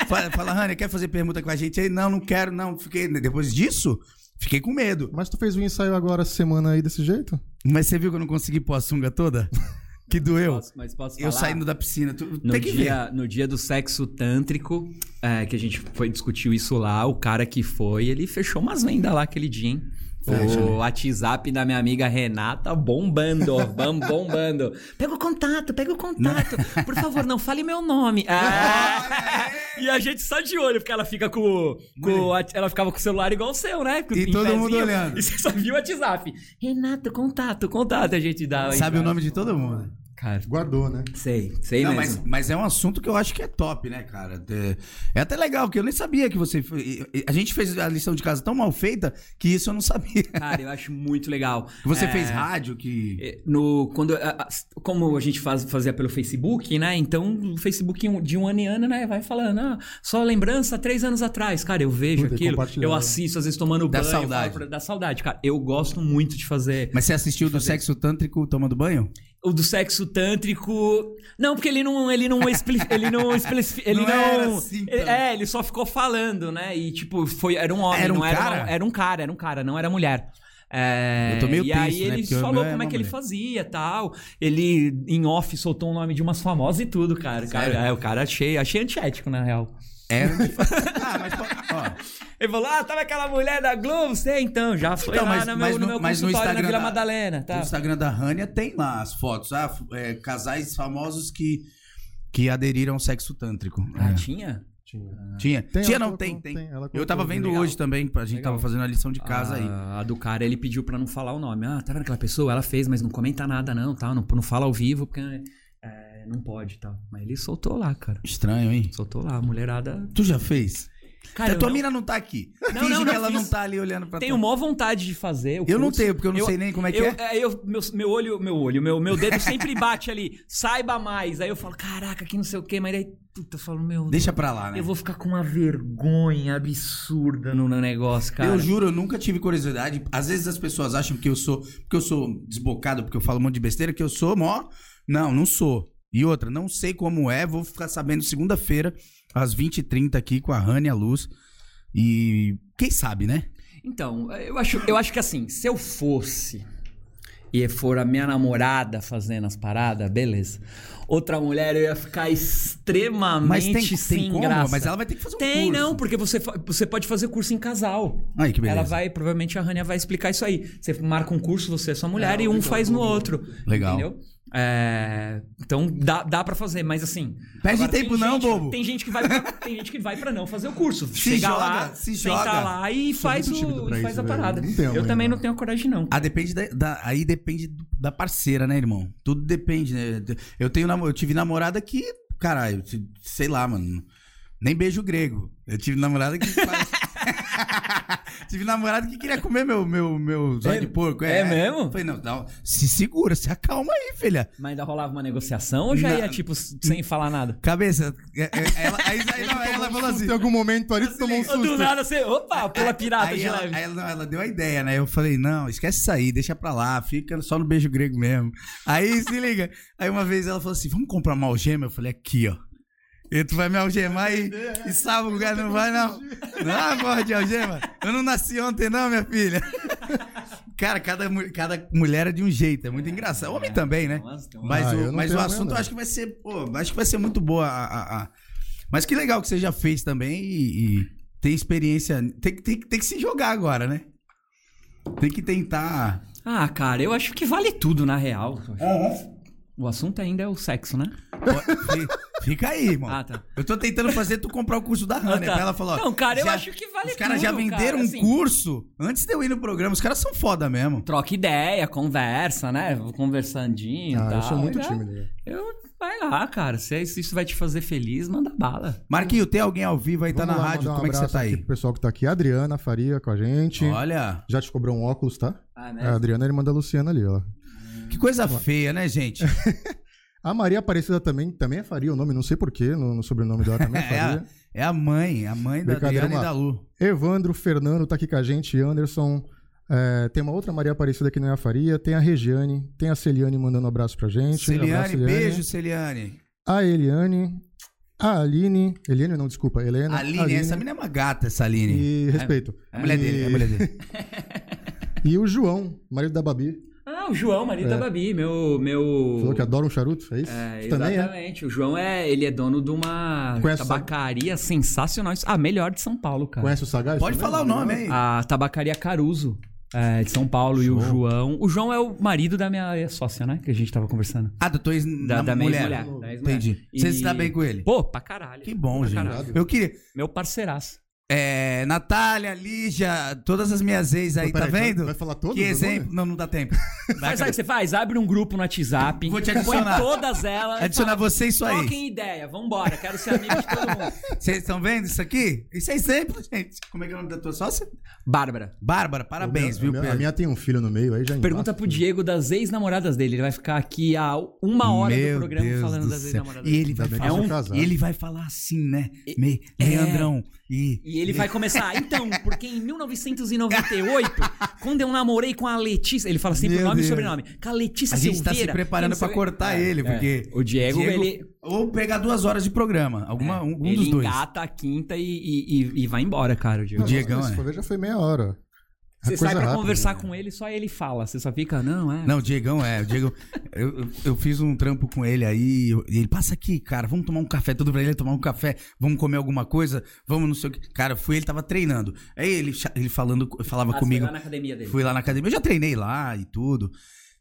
Fala, fala Rania, quer fazer permuta com a gente aí? Não, não quero, não. Fiquei. Depois disso, fiquei com medo. Mas tu fez o ensaio agora essa semana aí desse jeito? Mas você viu que eu não consegui pôr a sunga toda? Que doeu. Posso- mas posso Eu falar? saindo da piscina. Tu, No tem que ver. dia, no dia do sexo tântrico, é, que a gente foi discutiu isso lá, o cara que foi, ele fechou umas vendas lá aquele dia, hein? o WhatsApp da minha amiga Renata bombando, bam, bombando. Pega o contato, pega o contato. Por favor, não fale meu nome. Ah, e a gente só de olho, porque ela fica com, o- com o wa- ela ficava com o celular igual o seu, né? Com- E em todo mundo olhando. E você só viu o WhatsApp. Renata, contato, contato. A gente dá. Sabe o nome de todo mundo. Cara, Guardou, né? sei, sei Não, mesmo. mas, mas é um assunto que eu acho que é top, né, cara? É, é até legal, que eu nem sabia que você. A gente fez a lição de casa tão mal feita que isso eu não sabia. Cara, eu acho muito legal. Você É, fez rádio que. é, No, quando, a- a- como a gente faz, fazia pelo Facebook, né? Então, o Facebook de um ano em ano, né? Vai falando, ah, só lembrança três anos atrás. Cara, eu vejo Puta, e aquilo, compartilhar, eu né? assisto, às vezes tomando Dá banho. saudade. eu falo pra- Dá saudade, cara. Eu gosto muito de fazer. Mas você assistiu do sexo tântrico tomando banho? O do sexo tântrico. Não, porque ele não. Ele não. expli- ele não. expli- Ele Não não. era assim, então. ele- é, ele só ficou falando, né? E, tipo, foi, era um homem. Era um não cara? Era, uma- era um cara, era um cara, não era mulher. É, Eu tô meio e triste, aí né? ele Porque o meu falou é como é que uma ele mulher. fazia tal. Ele, em off, soltou o nome de umas famosas e tudo, cara. cara Sério? é, o cara achei, achei antiético, na real. Era. ah, mas. Ó, Ele falou: Ah, tava aquela mulher da Globo, sei então, já foi Então, lá mas- no meu, mas no- no meu mas no consultório na Instagram Vila da- Madalena. Tá. No Instagram da Rania tem lá as fotos. Ah, f- é, casais famosos que. que aderiram ao sexo tântrico. Ah, É. tinha? Tinha. Tinha. Tem, tinha, ela não, tem, colocou- ela tem. Eu colocou. tava vendo Legal. hoje também, a gente Legal. Ah. tava fazendo a lição de casa aí. A, a do cara, ele pediu pra não falar o nome. Ah, tá vendo aquela pessoa? Ela fez, mas não comenta nada, não, tá? Não, não fala ao vivo, porque é, não pode, tá? Mas ele soltou lá, cara. Estranho, hein? Soltou lá, a mulherada. Tu já fez? a Cara, eu tua não- mina não tá aqui. Não, Finge não, que não ela fiz. não tá ali olhando pra tenho tu. maior vontade de fazer. o Eu não curso. tenho, porque eu não Eu- sei nem como é que eu, é. é, eu- meu, meu olho, meu olho, meu, meu dedo sempre bate ali, saiba mais. Aí eu falo, caraca, que não sei o quê, mas aí, puta, eu falo, meu, Deixa pra lá, né? eu vou ficar com uma vergonha absurda no, no negócio, cara. Eu juro, eu nunca tive curiosidade. Às vezes as pessoas acham que eu sou. Porque eu sou desbocado, porque eu falo um monte de besteira, que eu sou mó. Não, não sou. E outra, não sei como é, vou ficar sabendo segunda-feira, às 20h30, aqui com a Rani, a Luz. E quem sabe, né? Então, eu acho, eu acho que assim, se eu fosse e for a minha namorada fazendo as paradas, beleza. Outra mulher eu ia ficar extremamente Mas tem, sem tem como, graça. mas ela vai ter que fazer um Tem, curso. não, porque você, fa- você pode fazer curso em casal. Aí, que beleza. Ela vai, provavelmente a Rania vai explicar isso aí. Você marca um curso, você é sua mulher, e um faz no outro. Legal. Entendeu? É, então dá, dá para fazer, mas assim. Perde agora tem tempo não, gente- bobo. Tem gente que vai pra, tem gente que vai para não fazer o curso. Se Chega joga, lá, se senta joga. lá e faz, muito tímido o, pra e faz isso, a velho. parada. Não tenho Eu ainda. também não tenho coragem, não. Ah, depende da, da- aí depende do- da parceira, né, irmão? Tudo depende, né? Eu tenho namo- eu tive namorada que, caralho, se- sei lá, mano. Nem beijo grego. Eu tive namorada que faz- Tive namorada que queria comer meu meu meu zóio É- de porco, é mesmo? Falei, não, não, se segura, se acalma aí, filha. Mas ainda rolava uma negociação ou já Na- ia, tipo, s- sem falar nada? Cabeça. é- é- ela, aí, aí não, aí ela falou assim. Em algum momento ali, tu tomou um Do susto. nada você. Opa, pula pirata aí de ela, leve. aí ela, não, ela deu a ideia, né? Eu falei, não, esquece isso aí, deixa pra lá, fica só no beijo grego mesmo. Aí se liga. Aí uma vez ela falou assim: vamos comprar uma algema? Eu falei, aqui, ó. E tu vai me algemar e, e sabe o lugar, não vai, não. Não, é porra de algema. Eu não nasci ontem, não, minha filha. Cara, cada, mu- cada mulher é de um jeito, é muito engraçado. Homem também, né? Nossa, tem um- uma- Mas, Ah, eu o, não mas o tenho assunto medo. eu acho que vai ser, pô, acho que vai ser muito boa a, a- a- Mas que legal que você já fez também e, e tem experiência. Tem, que- tem, que- tem que se jogar agora, né? Tem que tentar. Ah, cara, eu acho que vale tudo, na real. O assunto ainda é o sexo, né? Pô, fi- Fica aí, irmão. Ah, tá. Eu tô tentando fazer tu comprar o curso da Hannah. tá. Ela falou, ó, Não, cara, eu já- acho que vale Os caras já tudo, cara, venderam um assim. curso antes de eu ir no programa. Os caras são foda mesmo. Troca ideia, conversa, né? Conversandinho e Ah, tal. eu sou muito Já- tímido. velho. Eu, vai lá, cara. Se é isso isso vai te fazer feliz, manda bala. Marquinho, tem alguém ao vivo aí, tá Vamos na lá, rádio. mandar um Como é que você abraço tá aqui aí? Pro pessoal que tá aqui, a Adriana Faria com a gente. Olha, Já te cobrou um óculos, tá? Ah, É. né? A Adriana, ele manda a Luciana ali, ó. que coisa feia, né, gente? A Maria Aparecida também, também é Faria o nome, não sei porquê, no, no sobrenome dela também é É, a- Faria. É a mãe, a mãe da Brincadeira, Adriana e da Lu. Evandro, Fernando tá aqui com a gente, Anderson. É, tem uma outra Maria Aparecida que não é a Faria, tem a Regiane, tem a Celiane mandando um abraço pra gente. Celiane, abraço, beijo, Celiane. A Eliane, a Aline, Eliane não, desculpa, Helena. Aline, essa menina é uma gata, essa Aline. E respeito. É a mulher dele, é a mulher dele. E o João, marido da Babi, Ah, o João, marido da Babi, meu. meu... É. falou que adora um charuto, é isso? É, Você também é? exatamente. O João é, ele é dono de uma Conhece essa- tabacaria sensacional. Isso- A melhor de São Paulo, cara. Conhece o Sagaz? Pode também? falar o nome aí. A tabacaria Caruso. é, de São Paulo e o Show. João. O João é o marido da minha sócia, né? Que a gente tava conversando. Ah, do Toys Da, da minha mulher. ex-mulher. da ex-mulher. Entendi. E- Você se dá bem com ele? Pô, pra caralho. Que bom, Pra gente. caralho. Eu queria. Meu parceiraço. É, Natália, Lígia, todas as minhas ex aí, Pô, tá peraí, vai- vendo? Vai falar todo Que exemplo. Não, não dá tempo. Vai, Mas sabe o que você faz? Abre um grupo no WhatsApp. Vou te põe adicionar. todas elas. adicionar você isso aí. Troquem ideia. Vambora. Quero ser amigo de todo mundo. Vocês estão vendo isso aqui? Isso é exemplo, gente. Como é que é o nome da tua sócia? Bárbara. Bárbara, parabéns, viu, a minha, Pedro? a minha tem um filho no meio, aí já Pergunta embaça. pro Diego das ex-namoradas dele. Ele vai ficar aqui a uma hora do programa falando do das céu. ex-namoradas E dele. ele vai Ainda bem que falar, eu sou um- casado. e ele vai falar assim, né? Me, é. Leandrão. E, E ele vai começar, então, porque em 1998, quando eu namorei com a Letícia, ele fala sempre Meu o nome Deus. e sobrenome. Com a Letícia a gente tá se Silveira, preparando que não pra sei- cortar É, ele, é. porque. O Diego, ele- É. Ou pegar duas horas de programa. Alguma, um, um ele dos dois. engata a quinta e, e- e- e vai embora, cara, o Diego. Não, Diegão, mas é. se for ver, já foi meia hora. É Você coisa sai pra rápida, conversar né? com ele, só ele fala. Você só fica, não, é. Não, o Diegão é. O Diego, eu, eu- eu fiz um trampo com ele aí. eu- e ele passa aqui, cara, vamos tomar um café. Tudo pra ele tomar um café, vamos comer alguma coisa, vamos não sei o que. Cara, eu fui, ele tava treinando. Aí ele, cha- ele falando, falava Ah, você comigo. vai lá na academia dele. Fui lá na academia, eu já treinei lá e tudo.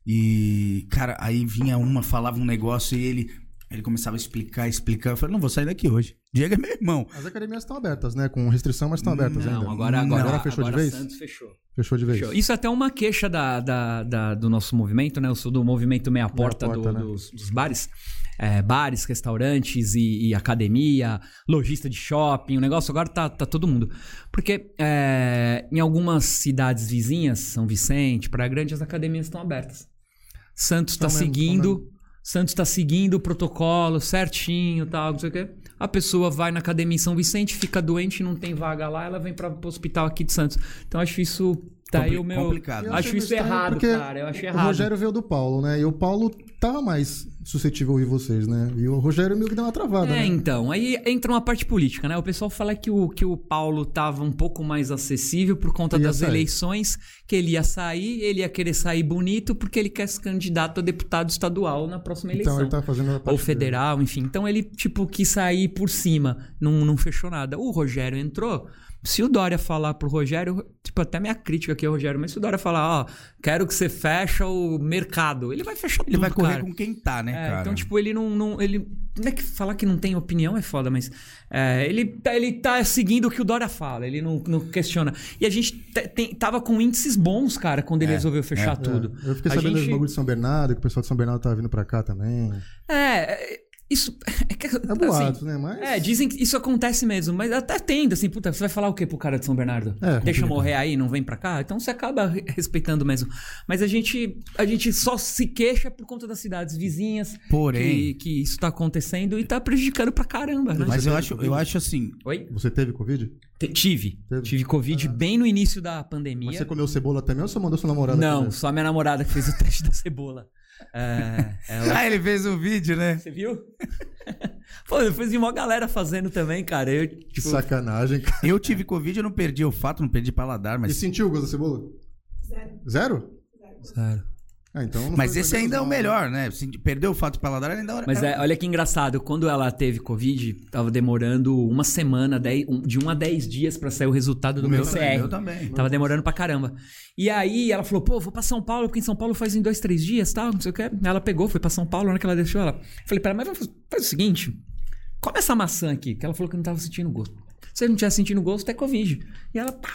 E, cara, aí vinha uma, falava um negócio e ele. Ele começava a explicar, explicar. Eu falei, não vou sair daqui hoje. Diego é meu irmão. As academias estão abertas, né? Com restrição, mas estão abertas Não, ainda. agora, Não, agora, agora fechou de vez? Santos fechou. Fechou de vez. Fechou. Isso é até uma queixa da, da- da- do nosso movimento, né? Eu sou do movimento meia porta, porta, do- né? dos, dos bares. É, bares, restaurantes e, e academia, lojista de shopping, o negócio agora tá, tá todo mundo. Porque é, em algumas cidades vizinhas, São Vicente, Praia Grande, as academias estão abertas. Santos está Tão Tá mesmo, tão seguindo. Santos está seguindo o protocolo certinho, tal, não sei o quê. A pessoa vai na academia em São Vicente, fica doente, não tem vaga lá, ela vem para o hospital aqui de Santos. Então acho isso tá aí Compli- o meu complicado. Eu Acho achei isso estranho errado, porque cara. Eu acho O errado. Rogério veio do Paulo, né? E o Paulo tava mais suscetível a ouvir vocês, né? E o Rogério meio que deu uma travada, É, né? então, aí entra uma parte política, né? O pessoal fala que o, que o Paulo tava um pouco mais acessível por conta Ele ia das sair. eleições, que ele ia sair, ele ia querer sair bonito porque ele quer ser candidato a deputado estadual na próxima eleição. Então ele tá fazendo a ou parte dele. federal, enfim. Então ele, tipo, quis sair por cima, não, não fechou nada. O Rogério entrou. Se o Dória falar pro Rogério, tipo, até minha crítica aqui ao Rogério, mas se o Dória falar, ó, quero que você fecha o mercado, ele vai fechar Ele tudo, vai correr cara. com quem tá, né, É, cara? então, tipo, ele não. não ele, não é que falar que não tem opinião é foda, mas. é, ele, tá- ele tá seguindo o que o Dória fala, ele não, não questiona. E a gente te- tem- tava com índices bons, cara, quando ele resolveu fechar É, tudo. Eu fiquei A sabendo dos gente- bagulho de São Bernardo, que o pessoal de São Bernardo tá vindo pra cá também. É, é, isso. É, que, É assim, boato, né? Mas. É, dizem que isso acontece mesmo, mas até tendo, assim, puta, você vai falar o que pro cara de São Bernardo? É, Deixa complica. eu morrer aí, não vem pra cá? Então você acaba re- respeitando mesmo. Mas a gente, a gente só se queixa por conta das cidades vizinhas Porém. que, que isso tá acontecendo e tá prejudicando pra caramba, né? Mas eu acho, eu acho assim. Oi? Você teve Covid? Te- tive. Teve? Tive Covid bem no início da pandemia. Mas você comeu cebola também ou só mandou sua namorada? Não, comer? só minha namorada que fez o teste da cebola. É, ela Ah, ele fez o vídeo, né? Você viu? Pô, depois vi uma galera fazendo também, cara. Eu, Que tipo, sacanagem, cara. Eu tive Covid, eu não perdi o fato, não perdi paladar, E mas. sentiu o gosto da cebola? Zero. Zero? sério. Ah, então. não Mas foi- esse foi ainda é o mal. melhor, né? Se perdeu o fato paladar, ainda é o- Mas é, olha que engraçado, quando ela teve Covid, tava demorando uma semana, dez- um- de 1 a 10 dias pra sair o resultado do O meu, meu também, CR. meu também. Tava demorando pra caramba. E aí ela falou, pô, vou pra São Paulo, porque em São Paulo faz em dois, três dias, tal, não sei o que. Ela pegou, foi pra São Paulo, na hora que ela deixou ela. Falei, pera, mas vamos- faz o seguinte, come essa maçã aqui, que ela falou que não tava sentindo gosto. Se eu não tivesse sentindo gosto, é Covid. E ela, pá,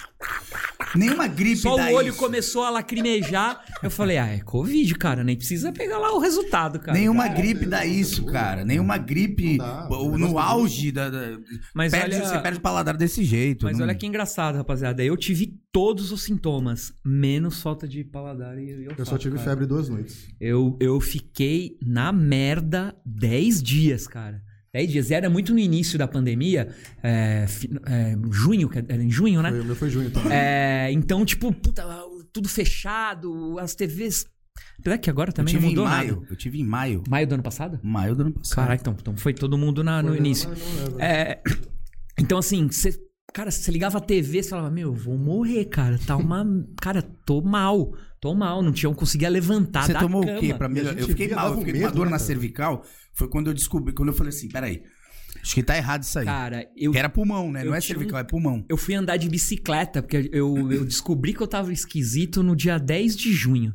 Nenhuma gripe só dá o olho isso. começou a lacrimejar. Eu falei, ah, é Covid, cara, nem precisa pegar lá o resultado, cara. Nenhuma cara, gripe eu- dá eu- isso, eu- cara. Nenhuma gripe Não dá, ou o negócio no do- auge da. da- Mas perde- olha- Você perde o paladar desse jeito. Mas não- olha que engraçado, rapaziada. Eu tive todos os sintomas, menos falta de paladar e eu Eu só tive febre duas noites. Eu, eu fiquei na merda 10 dias, cara. 10 dias. E era muito no início da pandemia. É, fi- é, junho, que era em junho, né? Foi, o meu foi junho também. É, então, tipo, puta, tudo fechado, as TVs. Apesar que agora Eu também não tive em mudou maio. nada. Eu tive em maio. Maio do ano passado? Maio do ano passado. Caraca, então, então foi todo mundo na- no Foi, início. mas não lembro. É, então, assim, você. Cara, você ligava a TV, você falava, meu, eu vou morrer, cara. Tá uma. cara, tô mal. Tô mal. Não tinha, não conseguia levantar Você tá da tomou cama. o quê pra melhorar? gente Eu fiquei via, mal, eu dava um fiquei com uma medo, dor né, na cara? cervical. Foi quando eu descobri, quando eu falei assim, peraí, acho que tá errado isso aí. Cara, eu, Que era pulmão, né? eu Não é tinha um- cervical, é pulmão. eu fui andar de bicicleta, porque eu, eu descobri que eu tava esquisito no dia 10 de junho.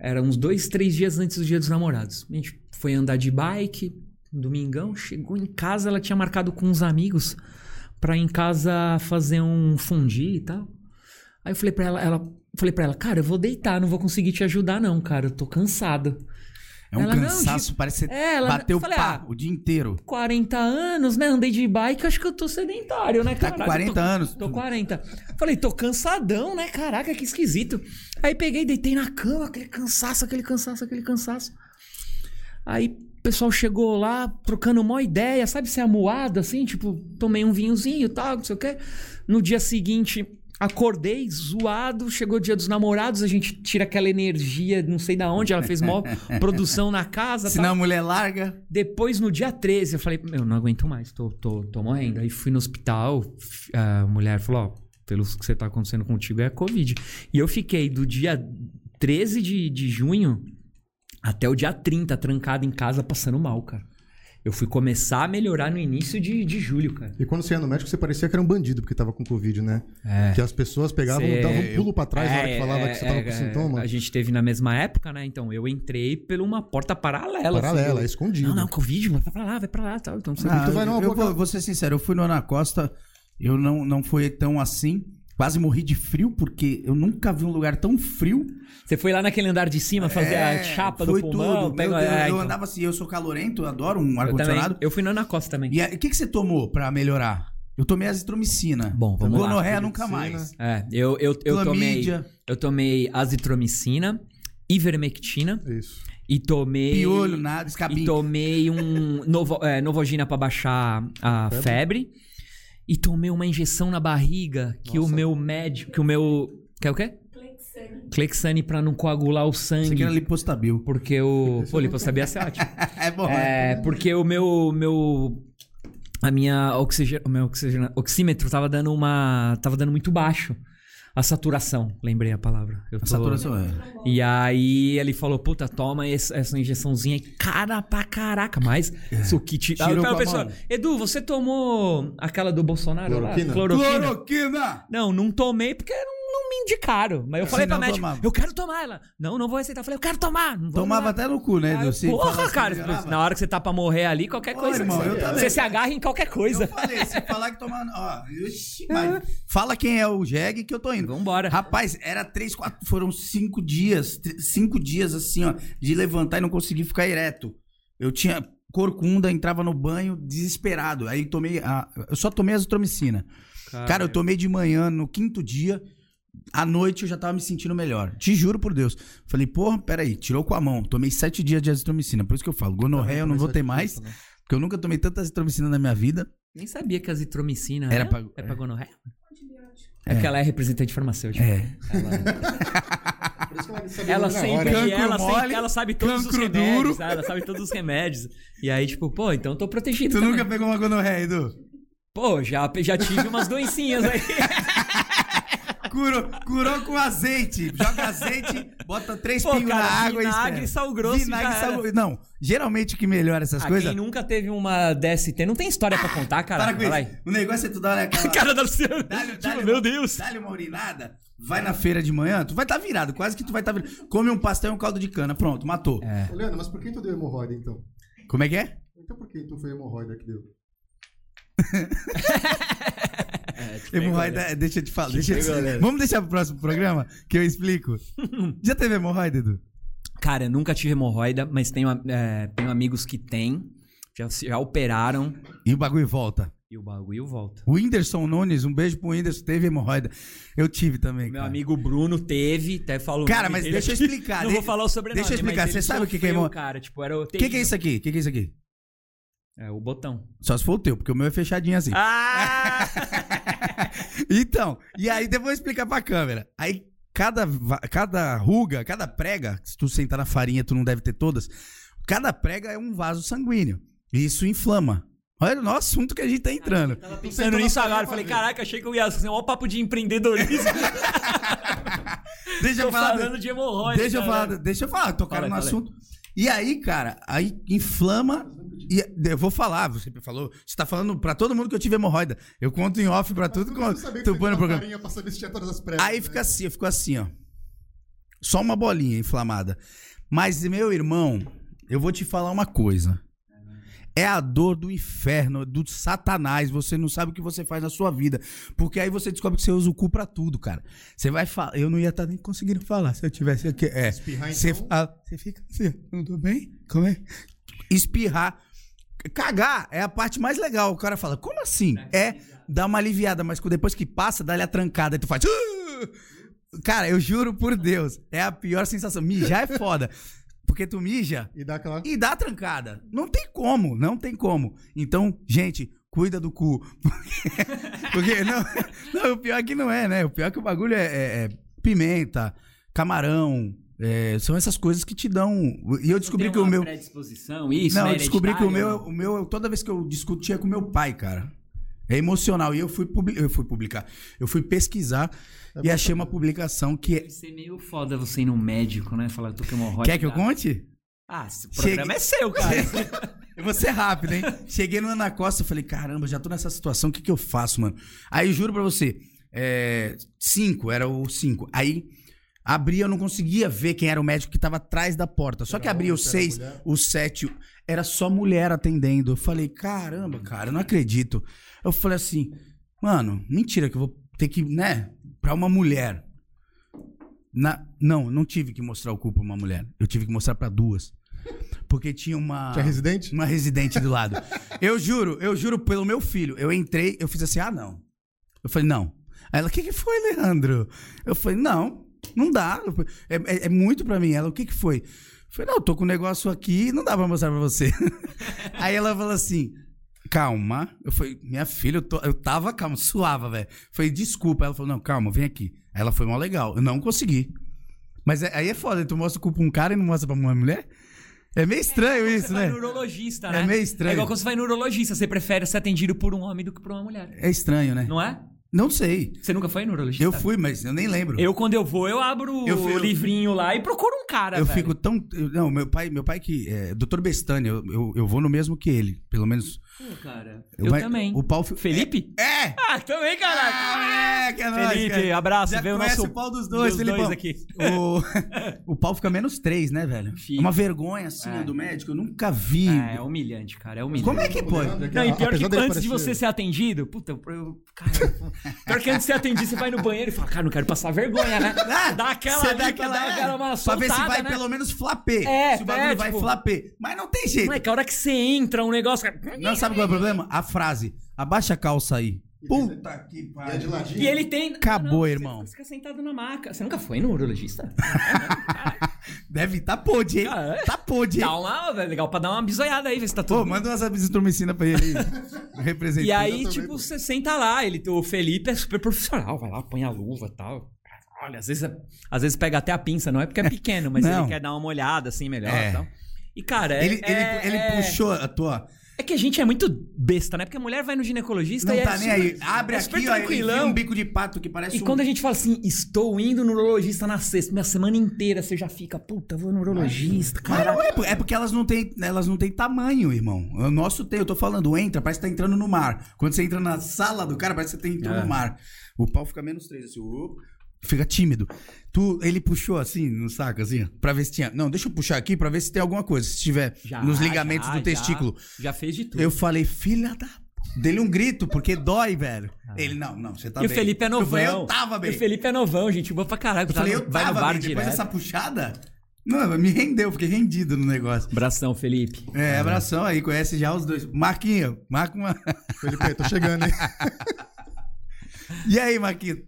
Era uns dois, três dias antes do dia dos namorados. A gente foi andar de bike, domingão, chegou em casa, ela tinha marcado com uns amigos pra ir em casa fazer um fundi e tal. Aí eu falei pra ela, ela falei para ela, cara, eu vou deitar, não vou conseguir te ajudar não, cara, eu tô cansado. É um Ela, não, cansaço, Gi- parece que É, ela- bateu falei, pá ah, o dia inteiro. 40 anos, né? Andei de bike, acho que eu tô sedentário, né, Tá cara? com 40 anos. Tô 40. Falei, tô cansadão, né? Caraca, que esquisito. Aí peguei, deitei na cama, aquele cansaço, aquele cansaço, aquele cansaço. Aí o pessoal chegou lá, trocando uma ideia, sabe? Ser amuado, assim, tipo, tomei um vinhozinho e tal, não sei o quê. No dia seguinte, acordei, zoado, chegou o dia dos namorados, a gente tira aquela energia, não sei da onde, ela fez maior produção na casa. Senão a mulher larga. Depois, no dia 13, eu falei, meu, não aguento mais, tô, tô, tô morrendo. Aí fui no hospital, f- a mulher falou, ó, pelo que você tá acontecendo contigo é Covid. E eu fiquei do dia 13 de, de junho até o dia 30, trancado em casa, passando mal, cara. Eu fui começar a melhorar no início de, de julho, cara. E quando você ia no médico, você parecia que era um bandido porque tava com Covid, né? É. Que as pessoas pegavam, Cê- davam um pulo pra trás na hora que falava que você tava é, com é, sintoma. A gente teve na mesma época, né? Então eu entrei por uma porta paralela. assim, Paralela, eu- é escondido. Não, não, Covid, vai pra lá, vai pra lá, tal. Então você Ah, tu vai eu numa eu boca- vou, vou ser sincero, eu fui no Ana Costa, eu não, não foi tão assim. Quase morri de frio, porque eu nunca vi um lugar tão frio. Você foi lá naquele andar de cima fazer a chapa do É, foi pulmão? tudo. pega- Meu Deus, é, Eu então. andava assim, eu sou calorento, eu adoro um Eu também. ar-condicionado. Eu fui na Ana Costa também. E aí, o que, que você tomou pra melhorar? Eu tomei azitromicina. Bom, vamos lá. Gonorreia nunca Azitromicina. mais. É, eu, eu, eu tomei. Clamídia. Eu tomei azitromicina, ivermectina Isso. e tomei. Piolho, né? nada, escabinho. E tomei um novo, é, Novogina pra baixar a febre. E tomei uma injeção na barriga que o meu médico. Que o meu. Que é o quê? Clexane pra não coagular o Isso aqui é sangue. era lipostabil. Porque o. Pô, lipostabia é ótimo. É bom. É, porque o meu. meu a minha oxigênio. O meu oxigênio, oxímetro tava dando uma. Tava dando muito baixo. A saturação, lembrei a palavra. Eu tô- A saturação é. E aí ele falou, puta, toma esse- essa injeçãozinha. aí. Cara pra caraca, mas isso que te... Aí É. Tirou a com a pessoa, mão. Edu, você tomou aquela do Bolsonaro lá? Cloroquina? Cloroquina? Cloroquina! Não, não tomei porque não, não me indicaram. Mas eu falei pra não médica, tomava. eu quero tomar ela. Não, não vou aceitar. Eu falei, eu quero tomar. Não vou Tomava tomar. até no cu, né? Aí eu, Eu sei, falava Porra, assim, cara, melhorava. na hora que você tá pra morrer ali, qualquer Ô, coisa. que irmão, você, eu também. você se agarra em qualquer coisa. Eu falei, se falar que toma. Ó, ixi, mas fala quem é o Jeg que eu tô indo. Vambora. Rapaz, era três, quatro, foram cinco dias, tr- cinco dias assim, ó, de levantar e não conseguir ficar ereto. Eu tinha corcunda, entrava no banho desesperado. Aí tomei, a, eu só tomei azitromicina. Cara, eu tomei de manhã no quinto dia. À noite eu já tava me sentindo melhor. Te juro por Deus. Falei, porra, peraí, tirou com a mão. Tomei sete dias de azitromicina. Por isso que eu falo, gonorreia eu não é vou ter mais. Porque eu nunca tomei tanta azitromicina na minha vida. Nem sabia que a azitromicina Era é, pra- é pra gonorreia. É que ela é representante farmacêutica. É. Ela sempre, é, hora. Cancro ela, sempre- mole, ela sabe todos os cancro remédios, duro. tá? ela sabe todos os remédios. E aí, tipo, pô, então eu tô protegido. Tu também. nunca pegou uma gonorreia, Edu? Pô, já, já tive umas doencinhas aí. Curou, curou com azeite. Joga azeite, bota três Pô, pingos cara, na água vinagre, e espera. sal grosso, Vinagre, já sal era. grosso. Não, geralmente o que melhora essas Ah, coisas... Quem nunca teve uma DST não tem história pra contar, cara. Para com Vai. isso. O negócio é tu dar aquela... Cara da Luciana. Dá-lhe- Tipo, dá-lhe meu uma- Deus. Dá-lhe uma urinada, vai na feira de manhã, tu vai estar virado, quase que tu vai estar virado. Come um pastel e um caldo de cana, pronto, matou. é. Ô, Leandro, mas por que tu deu hemorroida então? Como é que é? Então por que tu foi hemorroida que deu? tipo, Hemorroida, é, deixa eu te falar. deixa eu te- pegou, né? Vamos deixar pro próximo programa, que eu explico. Já teve hemorroida, Edu? Cara, eu nunca tive hemorroida, mas tenho, é, tenho amigos que têm. Já, já operaram. E o bagulho volta. E o bagulho volta. O Whindersson Nunes, um beijo pro Whindersson, teve hemorroida. Eu tive também, Meu cara. amigo Bruno teve, até falou. o Cara, nome mas dele deixa eu aqui. explicar, Não deixa- vou falar o sobrenome. deixa eu mas explicar, ele você sabe o que que é sofreu, hemo- cara? Tipo, era o O que, que é isso aqui? O que, que é isso aqui? É o botão. Só se for o teu, porque o meu é fechadinho assim. Ah! Então, e aí depois eu vou explicar pra câmera. Aí cada, va- cada ruga, cada prega, se tu sentar na farinha, tu não deve ter todas, cada prega é um vaso sanguíneo. E isso inflama. Olha o nosso assunto que a gente tá entrando. Ah, Tava pensando nisso agora, eu falei, caraca, achei que eu ia fazer um papo de empreendedorismo. Deixa Tô eu falar. falando de hemorroida. né?" Deixa eu falar, caralho. deixa eu falar, tocaram no Fala aí, fala assunto. E aí, cara, aí inflama. E eu vou falar, você falou, você tá falando pra todo mundo que eu tive hemorroida. Eu conto em off pra tudo, quanto tu tá põe no programa. Pra saber se tinha todas as pregas, né? Aí fica assim, ficou assim, ó. Só uma bolinha inflamada. Mas, meu irmão, eu vou te falar uma coisa. É a dor do inferno, é do satanás. Você não sabe o que você faz na sua vida. Porque aí você descobre que você usa o cu pra tudo, cara. Você vai falar. Eu não ia estar nem conseguindo falar se eu tivesse aqui. É. Espirrar, Você então? fala- você fica assim, ó, não tô bem? Como é? Espirrar. Cagar é a parte mais legal. O cara fala, como assim? É, dá uma aliviada, mas depois que passa, dá-lhe a trancada e tu faz. "Ah!" Cara, eu juro por Deus, é a pior sensação. Mijar é foda. Porque tu mija E dá aquela. e dá a trancada. Não tem como, não tem como. Então, gente, cuida do cu. Porque, porque não, não, o pior que não é, né? O pior que o bagulho é, é- é pimenta, camarão. é, são essas coisas que te dão. um, E eu descobri Tem que o uma meu. predisposição, isso, não, né, eu descobri que o meu, hereditário, o meu, eu- toda vez que eu discutia com meu pai, cara. É emocional. E eu fui, publi- eu fui publicar. Eu fui pesquisar e achei uma publicação que é. Deve ser meio foda você ir num médico, né? Falar, tô com hemorroida. Quer que eu conte? Ah, esse Cheguei- programa é seu, cara. Eu vou ser rápido, hein? Cheguei no Ana Costa, falei, caramba, já tô nessa situação, o que que eu faço, mano? Aí, eu juro pra você, é, cinco, era o cinco. Aí, abria, eu não conseguia ver quem era o médico que tava atrás da porta. Só que abria o homem, era seis, mulher? o sete, era só mulher atendendo. Eu falei, caramba, cara, eu não acredito. Eu falei assim, mano, mentira que eu vou ter que, né, pra uma mulher. Na- não, não tive que mostrar o cu pra uma mulher. Eu tive que mostrar pra duas. Porque tinha uma. Tinha residente? Uma residente do lado. eu juro, eu juro pelo meu filho. Eu entrei, eu fiz assim, ah, não. Eu falei, não. Aí ela, o que, que foi, Leandro? Eu falei, não, não dá. Eu falei, É, é- é muito pra mim. Ela, o que, que foi? Eu falei, não, eu tô com um negócio aqui, não dá pra mostrar pra você. Aí ela falou assim, calma. Eu falei, minha filha, eu, tô- eu tava calma, suava, velho. Eu Falei, desculpa. Ela falou, não, calma, vem aqui. Aí ela foi mó legal. Eu não consegui. Mas é- aí é foda, tu mostra o cu pra um cara e não mostra pra uma mulher? É meio estranho isso, Você vai né? no urologista, É né? meio estranho. É igual quando você vai no urologista, você prefere ser atendido por um homem do que por uma mulher. É estranho, né? Não, Não é? sei. Você nunca foi no urologista? Eu fui, mas eu nem lembro. Eu, quando eu vou, eu abro Eu fui- o livrinho lá e procuro um cara, Eu velho. fico tão. eu- não, meu pai, meu pai que. É, Dr. Bestani, eu, eu, eu vou no mesmo que ele, pelo menos. Pô, cara. Eu, Mas também. O pau. fi- Felipe? É! é. Ah, também, caraca! que é Felipe, cara. abraço. Já Vê o conhece nosso- o pau dos dois, dos Felipão. dois aqui. O, o pau fica menos três, né, velho? É Fica. uma vergonha, assim, É. do médico. Eu nunca vi. É, é humilhante, cara. É humilhante. Como é que pode? Não, e pior Apesar que dele antes parecer- de você ser atendido, puta, eu, cara, eu- pior que antes de ser atendido, você vai no banheiro e fala, cara, não quero passar vergonha, né? dá aquela, Ah, Você é, ali, dá aquela, dá aquela uma Pra ver se soltada, vai né? pelo menos flapê. É, se o bagulho é, vai tipo- flapê. Mas não tem jeito. Moleque, a hora que você entra, um negócio... cara, Não sabe qual é o problema? A frase. Abaixa a calça aí. Puta que pariu. E ele tem... Acabou, você- irmão. Você fica sentado na maca. Você nunca foi no urologista? Deve tá podre, hein? Ah, é? Tá podre, hein? dá uma... é Legal pra dar uma bisoiada aí, ver se tá tudo... Pô, manda umas abisitromicina pra ele aí. Representando. E aí, também, tipo, pô. você senta lá, ele, o Felipe é super profissional, vai lá, põe a luva e tal. Olha, às vezes, é, às vezes pega até a pinça, não é porque é pequeno, mas Não. ele quer dar uma olhada assim melhor É. e tal. E, cara, é, Ele, ele, é- ele é- puxou a tua. é que a gente é muito besta, né? Porque a mulher vai no ginecologista Não e tá é nem super- aí. Abre é super aqui, ó. ele enfia tranquilão. um bico de pato que parece E um. quando a gente fala assim, estou indo no urologista na sexta, minha semana inteira você já fica, puta, vou no urologista, Mas cara. não é, por- é porque elas não têm, elas não têm tamanho, irmão. O nosso tem, eu tô falando, entra, parece que tá entrando no mar. Quando você entra na sala do cara, parece que você tá É. entrando no mar. O pau fica menos três, assim, ô, fica tímido. Tu, ele puxou assim, no saco, assim, ó, pra ver se tinha. Não, deixa eu puxar aqui pra ver se tem alguma coisa, se tiver nos ligamentos já, do já. testículo. Já, fez de tudo. Eu falei, filha da. Dele um grito, porque dói, velho. Ele, não, não, você tá Ah. e o bem. Felipe é novão. Eu falei, eu tava bem. E o Felipe é novão, gente. Boa pra caralho. Eu falei, eu vai no tava bar bem. Depois direto. dessa puxada, não, me rendeu, fiquei rendido no negócio. Abração, Felipe. É, abração aí, conhece já os dois. Marquinho, marca uma. Felipe, tô chegando, hein? E aí, Marquinho?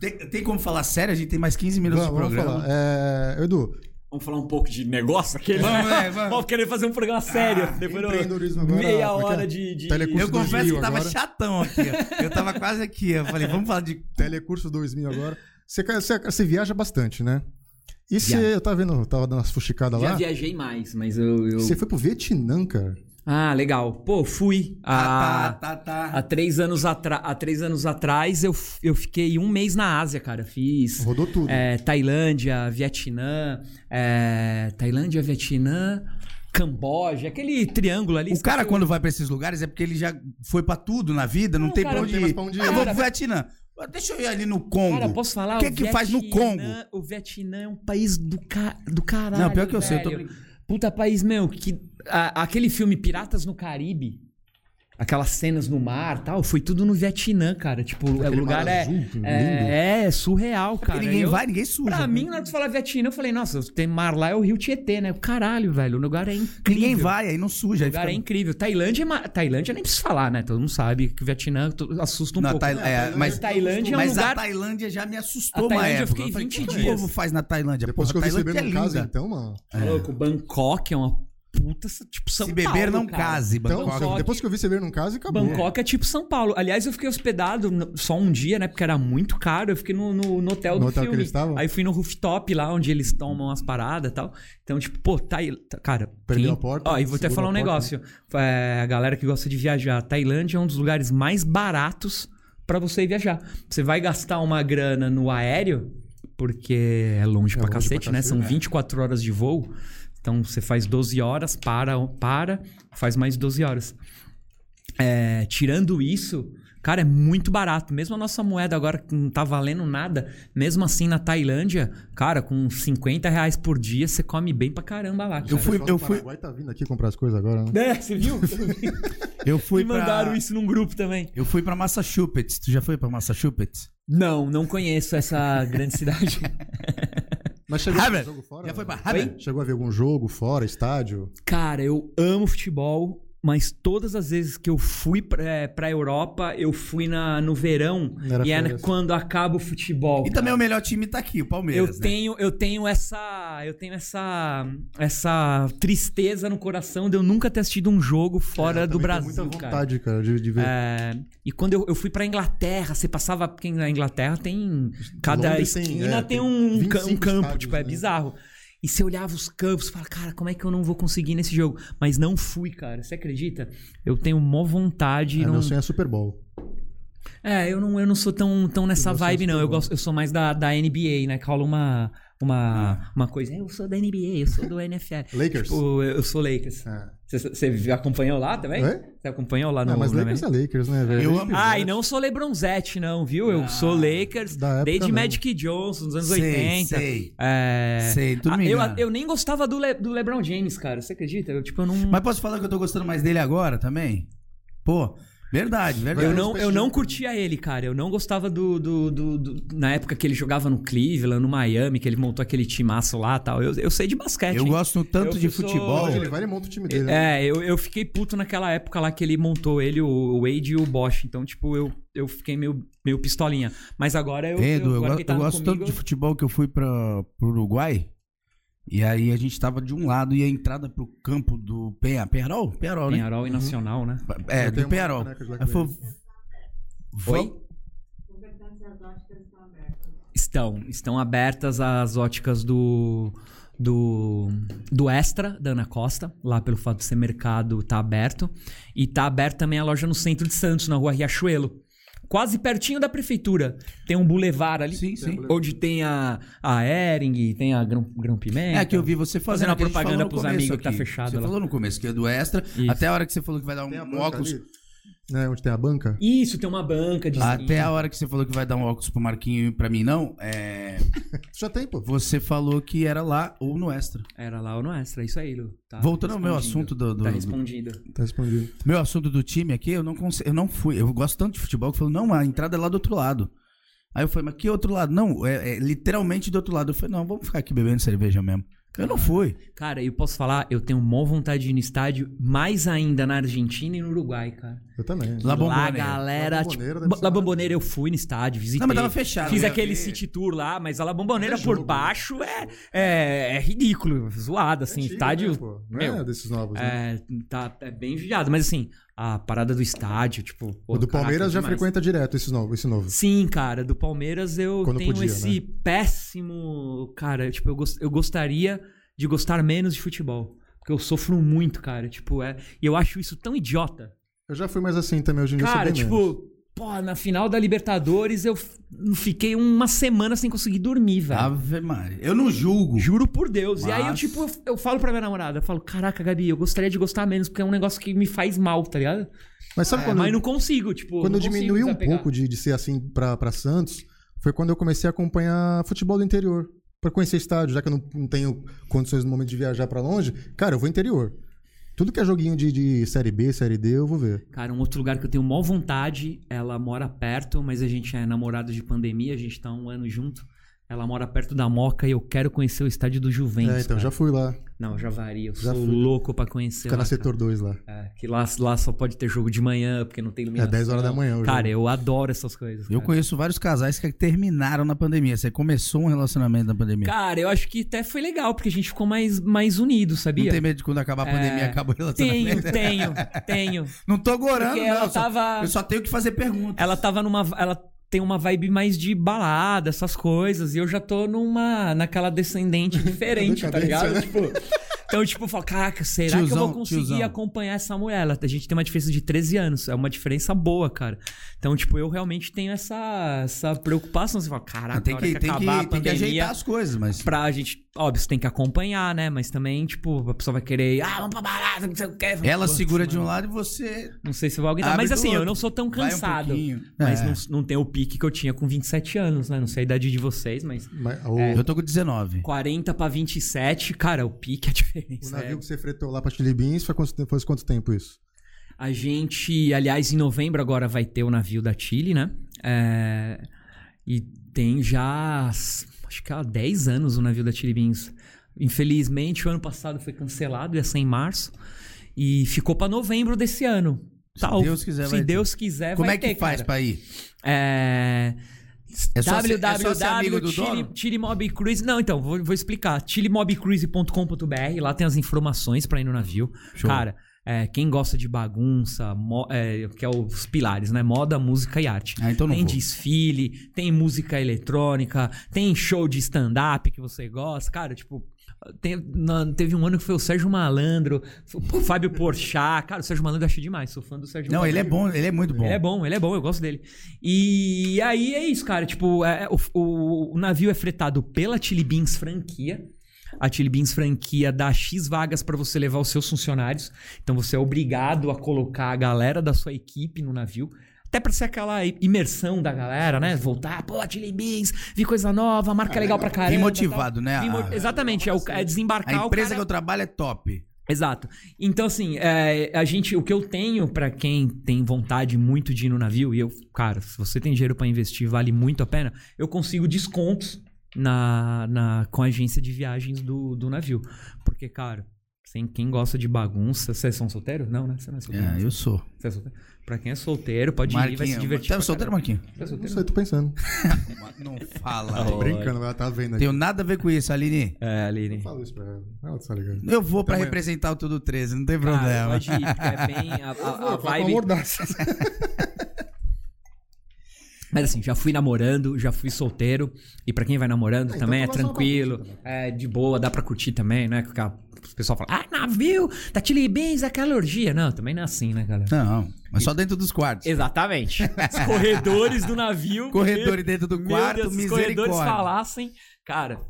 Tem, tem como falar sério? A gente tem mais 15 minutos Vamos, de vamos programa. falar. É, Edu, Vamos falar um pouco de negócio aqui? Vamos, é, vamos. Ah, querer fazer um programa sério. Depois eu- empreendedorismo agora, meia como é que é? hora de... de... Telecurso. Eu Curso do confesso Gil que tava agora. chatão aqui. ó. Eu tava quase aqui. Eu falei, vamos falar de. Telecurso 2000 agora. Você, você- você viaja bastante, né? E você, eu tava vendo, eu tava dando umas fuxicadas Já lá. viajei mais, mas eu... eu- Você foi pro Vietnã, cara. Ah, legal. Pô, fui. Ah, Ah, tá, tá, Há tá. três anos, atra... há três anos atrás, eu, f- eu fiquei um mês na Ásia, cara. Fiz Rodou tudo. é, Tailândia, Vietnã... é, Tailândia, Vietnã... Camboja, aquele triângulo ali. O cara, quando vai pra esses lugares, é porque ele já foi pra tudo na vida, não, Não, tem cara, pra não onde tem ir. mais pra onde ir. Ah, eu vou pro Cara, Vietnã. Ah, Deixa eu ir ali no Congo. Cara, posso falar? O que é que faz no Vietnã- Congo? O Vietnã é um país do, ca... do caralho. Não, pior que eu sei, eu tô velho. Puta país, meu, que. a- aquele filme Piratas no Caribe. Aquelas cenas no mar tal, foi tudo no Vietnã, cara. Tipo, o Aquele lugar mar é, azul, lindo. é. é surreal, cara. Porque ninguém Eu- vai, né? ninguém suja. Pra mim, na hora de falar Vietnã, eu falei, nossa, tem mar lá, é o Rio Tietê, né? Caralho, velho, o lugar é incrível. Ninguém vai, aí não suja. O Aí lugar fica... é incrível. Tailândia, é ma- Tailândia nem precisa falar, né? Todo mundo sabe que o Vietnã to- assusta um Não, pouco. Tail- é, mas Mas Tailândia é um Mas lugar a Tailândia já me assustou A uma Tailândia eu época. fiquei falei, 20 o que que o dias. povo faz na Tailândia? Depois Porra, que eu a vi você Tailândia é bebendo linda. no caso, então, mano. Tá louco? Bangkok é uma puta, tipo São Se Paulo. beber, não cara. case. Então, Bangkok. Bangkok. depois que eu vi você ver num caso, acabou. Bangkok é tipo São Paulo. Aliás, eu fiquei hospedado n- só um dia, né? Porque era muito caro. Eu fiquei no, no- no hotel No do hotel que filme. eles estavam? Aí fui no rooftop lá, onde eles tomam as paradas e tal. Então, tipo, pô, Tailândia... Cara... Perdeu quem- a porta, Ó, e vou até segurou falar um a porta, né? negócio. É, a galera que gosta de viajar. Tailândia é um dos lugares mais baratos pra você ir viajar. Você vai gastar uma grana no aéreo, porque é longe, pra, longe pra cacete, né? cacete, São é. 24 horas de voo. Então você faz 12 horas, para, para, faz mais 12 horas. É, tirando isso, cara, é muito barato. Mesmo a nossa moeda agora que não tá valendo nada, mesmo assim na Tailândia, cara, com 50 reais por dia, você come bem pra caramba lá. Eu cara. fui- O pessoal do eu fui- Paraguai tá vindo aqui comprar as coisas agora, né? É, você viu? Eu fui Me mandaram pra... isso num grupo também. Eu fui pra Massachusetts. Tu já foi pra Massachusetts? Não, não conheço essa grande cidade. Mas chegou a ver Harvard. algum jogo fora? Já foi pra né? Harvard? Chegou a ver algum jogo fora, estádio? Cara, eu amo futebol, mas todas as vezes que eu fui pra, é, pra Europa, eu fui na, no verão Não era e é férias. quando acaba o futebol. E cara. também o melhor time tá aqui, o eu Palmeiras, né? tenho, eu tenho essa, eu tenho essa, essa tristeza no coração de eu nunca ter assistido um jogo fora Eu do Ah, também tenho Brasil, muita cara. vontade, cara, de, de ver. É, e quando eu, eu fui pra Inglaterra, você passava. Porque na Inglaterra tem. Cada Londres tem, esquina é, tem, tem um, ca- um 25 campo, estádios, tipo, é né? bizarro. E você olhava os campos e falava, cara, como é que eu não vou conseguir nesse jogo? Mas não fui, cara. Você acredita? Eu tenho mó vontade. É, não... meu sonho é Super Bowl. É, eu não, eu não sou tão, tão nessa Eu gosto vibe, de não. Eu, futebol. gosto, eu sou mais da, da NBA, né? Que rola uma, uma, uma coisa. É, Eu sou da NBA, eu sou do NFL. Lakers. Ah. Tipo, eu eu sou Lakers. É. Você- Você acompanhou lá também? Oi? Você acompanhou lá Tá no Não, mas na Lakers é Lakers, né, velho? Eu Desde amo- que- ah, e não sou Lebronzete, não, viu? Eu sou Lakers Da época desde mesmo. Magic Johnson, dos anos Sei, 80. sei. É... Sei, tudo Ah, me eu, engana. eu nem gostava do, Le- do LeBron James, cara. Você acredita? Eu, tipo, eu não, Mas posso falar que eu tô gostando mais dele agora também? Pô, verdade, verdade. eu não, eu é um não respeito. curtia ele, cara. Eu não gostava do, do, do- do- Na época que ele jogava no Cleveland, no Miami, que ele montou aquele timaço lá e tal. Eu, eu sei de basquete. Eu hein? gosto tanto Eu de sou- futebol. Hoje ele vai e monta o time dele. né? É, eu, eu fiquei puto naquela época lá que ele montou ele, o Wade e o Bosch. Então, tipo, eu, eu fiquei meio, meio pistolinha. Mas agora eu. Edu, eu, agora go- que tá eu gosto comigo, tanto de futebol que eu fui pra, pro Uruguai. E aí a gente tava de um lado e a entrada pro campo do Penha, Penharol? Penharol, né? Penharol e Nacional, né? É, Eu tenho do uma Penharol. caneca É, de Black Aí foi- Oi? Estão. Estão abertas as óticas do, do, do Extra, da Ana Costa, lá pelo fato de ser mercado, tá aberto. E tá aberta também a loja no centro de Santos, na rua Riachuelo. Quase pertinho da prefeitura. Tem um bulevar ali. Sim, sim. Onde tem a, a Ering, tem a Grão, Grão Pimenta. É que eu vi você fazendo Fazendo a que gente falou propaganda no pros começo amigos que tá aqui. fechado Você lá. falou no começo que é do extra, Isso. até a hora que você falou que vai dar Tem a um banca óculos. ali, Né, onde tem a banca? Isso, tem uma banca de Até a hora que você falou que vai dar um óculos pro Marquinho e pra mim não, é, Já tem, pô. você falou que era lá ou no extra. Era lá ou no Extra, é isso aí, Lu. Tá Voltando ao meu respondido. assunto do, do- Tá do- respondido. Tá respondido. meu assunto do time aqui, eu não consigo, eu não fui. Eu gosto tanto de futebol que falou, não, a entrada é lá do outro lado. Aí eu falei, mas que outro lado? Não, é, é literalmente do outro lado. Eu falei, não, vamos ficar aqui bebendo cerveja mesmo. Eu não fui. Cara, eu posso falar, eu tenho mó vontade de ir no estádio, mais ainda na Argentina e no Uruguai, cara. Eu também. Lá Lá a Bombonera. galera. La tipo, Bombonera deve ser La Bombonera eu fui no estádio, visitei. Não, mas tava fechado. Fiz né? aquele E- city tour lá, mas a La Bombonera Não é por jogo, baixo é, é, é ridículo, zoado, assim. Antigo, estádio né, pô? Não meu, é desses novos, né? é, tá, é bem vigiado, mas assim, a parada do estádio, tipo. pô, O do caraca, Palmeiras já demais. frequenta direto esse novo. Esse novo. Sim, cara, do Palmeiras eu Quando tenho podia, né? esse péssimo. Cara, tipo, eu, gos- eu gostaria de gostar menos de futebol. Porque eu sofro muito, cara. Tipo, é. E eu acho isso tão idiota. Eu já fui mais assim também hoje em dia. eu sou Cara, bem tipo, menos. pô, na final da Libertadores eu f- fiquei uma semana sem conseguir dormir, velho. Ah, Ave Maria. Eu não julgo. Juro por Deus. E aí eu, Mas- tipo, eu, eu falo pra minha namorada, eu falo, caraca, Gabi, eu gostaria de gostar menos, porque é um negócio que me faz mal, tá ligado? Mas sabe É, quando, mas não consigo, tipo. quando não eu consigo diminuí um desapegar. pouco de, de ser assim pra, pra Santos? Foi quando eu comecei a acompanhar futebol do interior. Pra conhecer estádio, já que eu não, não tenho condições no momento de viajar pra longe. Cara, eu vou interior. Tudo que é joguinho de, de Série B, Série D, eu vou ver. Cara, um outro lugar que eu tenho maior vontade, ela mora perto, mas a gente é namorado de pandemia, a gente tá um ano junto. Ela mora perto da Moca e eu quero conhecer o estádio do Juventus. é, então, cara. já fui lá. Não, Javari, eu Já sou fui. louco pra conhecer. Fica Lá, na cara. setor 2 lá. É, que lá, lá só pode ter jogo de manhã, porque não tem É iluminação. 10 horas da manhã. o Cara, né? jogo. eu adoro essas coisas. Eu cara. conheço vários casais que terminaram na pandemia. Você começou um relacionamento na pandemia. Cara, eu acho que até foi legal, porque a gente ficou mais, mais unido, não sabia? tem medo de quando acabar a pandemia, É, acaba o relacionamento. Tenho, tenho, tenho. Não tô gorando, Porque não. ela eu só- tava. Eu só tenho que fazer pergunta. Ela tava numa. Ela tem uma vibe mais de balada, essas coisas. E eu já tô numa. naquela descendente diferente, tá Decadência, ligado? né? Tipo. Então, tipo, falo, caraca, será que eu Tiozão, vou conseguir tiozão. acompanhar essa mulher? Ela, a gente tem uma diferença de 13 anos. É uma diferença boa, cara. Então, tipo, eu realmente tenho essa, essa preocupação. Você fala, caraca, tem na hora que, Ah, tem que- acabar a tem que pandemia, ajeitar as coisas, mas. pra gente Óbvio, você tem que acompanhar, né? Mas também, tipo, a pessoa vai querer. Ah, vamos pra balada, não sei o que. Ela segura de um lado e você. Não sei se vai aguentar. Abre Mas do assim, eu outro. não sou tão vai um cansado. pouquinho. mas É. não, não tem o pique que eu tinha com 27 anos, né? Não sei a idade de vocês, mas Mas o, É. Eu tô com 19. 40 pra 27, cara, o pique é a o diferença. navio é. que você fretou lá pra Tilibins foi quanto, tempo- faz quanto tempo isso? A gente, aliás, em novembro agora vai ter o navio da Chile, né? É, e tem já, s- acho que há 10 anos o navio da Chile Beans. Infelizmente, o ano passado foi cancelado, ia ser em março. E ficou pra novembro desse ano. Tal- Deus quiser, se vai ter. Deus quiser, Como vai é que ter, faz cara. pra ir? É... É só ser- é só ser amigo do www.chile- dono? chilemobcruise. Não, então, vou, vou explicar. chilemobcruise.com.br, lá tem as informações pra ir no navio. Show. Cara, é, quem gosta de bagunça, mo- é, que é os pilares, né? Moda, música e arte. Ah, então não tem vou. desfile, tem música eletrônica, tem show de stand-up que você gosta. Cara, tipo, tem- na- teve um ano que foi o Sérgio Malandro, o Fábio Porchat. Cara, o Sérgio Malandro eu achei demais, sou fã do Sérgio Não, ele Malandro. é bom, ele é muito bom. Ele é bom, ele é bom, eu gosto dele. E aí é isso, cara. Tipo, é- o, o- o navio é fretado pela Chili Beans franquia. A Chili Beans franquia dá X vagas pra você levar os seus funcionários. Então você é obrigado a colocar a galera da sua equipe no navio. Até pra ser aquela i- imersão da galera, né? Voltar, pô, Chili Beans, vi coisa nova, marca legal pra caramba. Vim tal. motivado, né? Vim é mo- A- Exatamente, é, o- é A desembarcar o empresa cara- que eu trabalho é top. Exato. Então, assim, é, a gente, o que eu tenho pra quem tem vontade muito de ir no navio, e eu, cara, se você tem dinheiro pra investir, vale muito a pena, eu consigo descontos na, na com a agência de viagens do, do navio. Porque, cara, sem quem gosta de bagunça, vocês são solteiros? Não, né? Você não é solteiro. É, eu sou. Você é solteiro? Pra quem é solteiro, pode ir, vai se divertir. Tá pra solteiro, caramba. Marquinho? Você é Não solteiro? sei, tô pensando. Não fala. né? Tô Não brincando, ela tá vendo aqui. Tenho nada a ver com isso, Aline. É, Aline. Eu falo isso pra ela. Ela tá ligado. Eu vou pra Também. representar o Tudo 13, não tem Cara, problema. pode ir, porque é bem a, a, a Eu falo tá com vibe. mordaça. Mas assim, já fui namorando, já fui solteiro. E pra quem vai namorando Ah, então também é tu um lançou uma tranquilo, música é de boa, dá pra curtir também, né? Porque a- o pessoal fala, ah, navio, tá te libens, a calorgia. Não, também não é assim, né, galera? Não, mas só dentro dos quartos. Exatamente. Os corredores do navio. Corredor e dentro do meu quarto, Deus, se os corredores misericórdia. falassem, cara.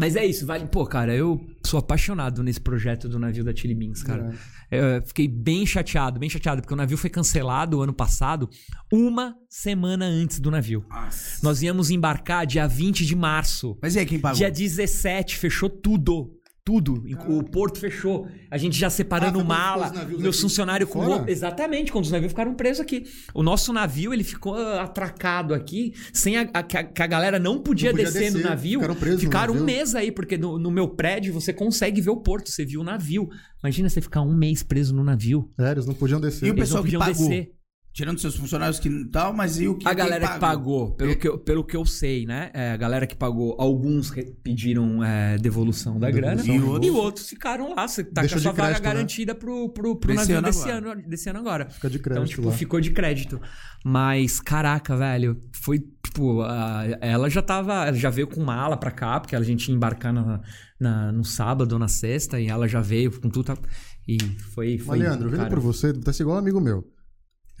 Mas é isso, vale. Pô, cara, eu sou apaixonado nesse projeto do navio da Chili Beans, cara. É. Eu fiquei bem chateado, bem chateado, porque o navio foi cancelado ano passado, uma semana antes do navio. Nossa. Nós íamos embarcar dia 20 de março. Mas e aí, quem Tá pagou? Dia 17 fechou tudo. Tudo. E O porto fechou. A gente já separando Ah, foi quando mala. ficou os navios Meus aqui funcionários com fora? roupa. Exatamente, quando os navios ficaram presos aqui. O nosso navio, ele ficou ah, atracado aqui, sem a, a- que a- que a galera não podia, Não podia descer, no descer, navio. ficaram presos no Ficaram um navio. mês aí, porque no, no meu prédio você consegue ver o porto, você viu o navio. Imagina você ficar um mês preso no navio. É, eles não podiam descer. E o Eles pessoal não que podiam pagou? descer. Tirando seus funcionários que não tal, mas e o que A quem galera que pagou, pelo, que eu, pelo que eu sei, né? É, a galera que pagou, alguns re- pediram é, devolução da grana. Devolução de bolso. e outros ficaram lá. Você tá Deixou com a sua de vaga crédito, né? garantida pro, pro, pro Desse navio ano desse, agora. ano, desse ano agora. Fica de crédito Então, tipo, lá. ficou de crédito. Mas, caraca, velho, foi, tipo, a- ela já tava, ela já veio com mala pra cá, porque a gente ia embarcar na, na- no sábado ou na sexta, e ela já veio com tudo, tá? e foi... foi Mas, Leandro, vendo cara, Hum. por você, deve ser igual um amigo meu.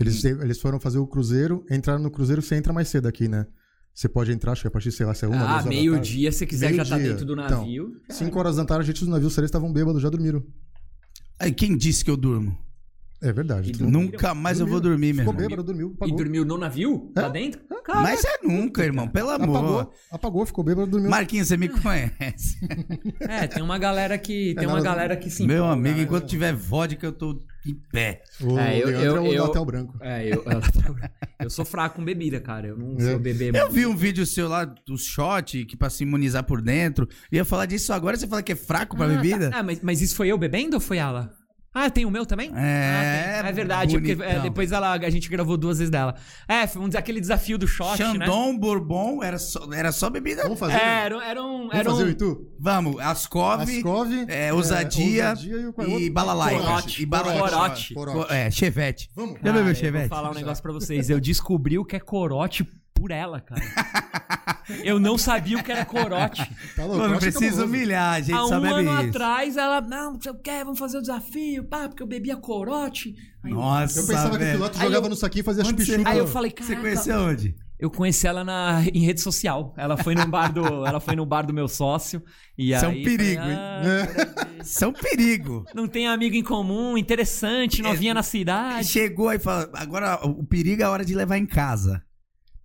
Eles, eles foram fazer o cruzeiro, entraram no cruzeiro, você entra mais cedo aqui, né? Você pode entrar, acho que a partir, sei lá, se é uma, Ah, duas horas da tarde. meio-dia, se quiser, já tá Meio-dia. dentro do Então, navio. Cinco horas da tarde, gente do navio, os três estavam bêbados, já dormiram. Aí, quem disse que eu durmo? É verdade. E tu Dormiram. Nunca mais eu vou dormir, meu Ficou irmão. bêbado, dormiu, E apagou. dormiu no navio? Lá dentro? Cara, Mas é nunca, irmão, pelo amor. Apagou, apagou, ficou bêbado, dormiu. Marquinhos, você me conhece. É, tem uma galera que. Tem É uma nada- galera que sim. Meu amigo, enquanto tiver vodka, eu tô em pé. O É, eu- Leandro eu- é o do eu- hotel branco. É, eu, eu sou fraco com bebida, cara. Eu não sou É. bebê. Eu vi um vídeo seu lá do shot, que pra se imunizar por dentro. Ia falar disso agora, você fala que é fraco pra bebida? Ah, mas, mas isso foi eu bebendo ou foi ela? Ah, tem o meu também? É, Ah, tem. é verdade, porque é, bonitão. depois ela, a gente gravou duas vezes dela. É, foi um, aquele desafio do shot, né? Chandon, Bourbon, era só, era só bebida. Vamos fazer, É, era, era um. vamos Era fazer o um Itu? Vamos, Ascov, Ascov, é, ousadia, ousadia e o- e, balalaika. Corote. E balalaika. Corote. Corote. É, chevette. Vamos. Ah, Já bebeu Cara, eu chevette? vou falar um negócio pra vocês. Eu descobri o que é corote por ela, cara. Eu não sabia o que era corote. Tá louco, Pô, não eu acho que é precisa famoso. humilhar, a gente Há um só bebe ano isso. atrás, ela, não, não sei o que, vamos fazer o desafio, pá, porque eu bebia corote. Aí, eu- Nossa, Eu pensava que o velho. piloto Aí jogava eu- no saquinho e fazia Quando você- chup-chup. aí eu falei, cara. Você conheceu onde? Eu conheci ela na, em rede social. Ela foi no bar do, ela foi no bar do meu sócio. E Isso é um aí, perigo, falei, hein? "Ah, peraí, São perigo. não tem amigo em comum, É. interessante, novinha na cidade. Chegou aí e fala, agora o perigo é a hora de levar em casa.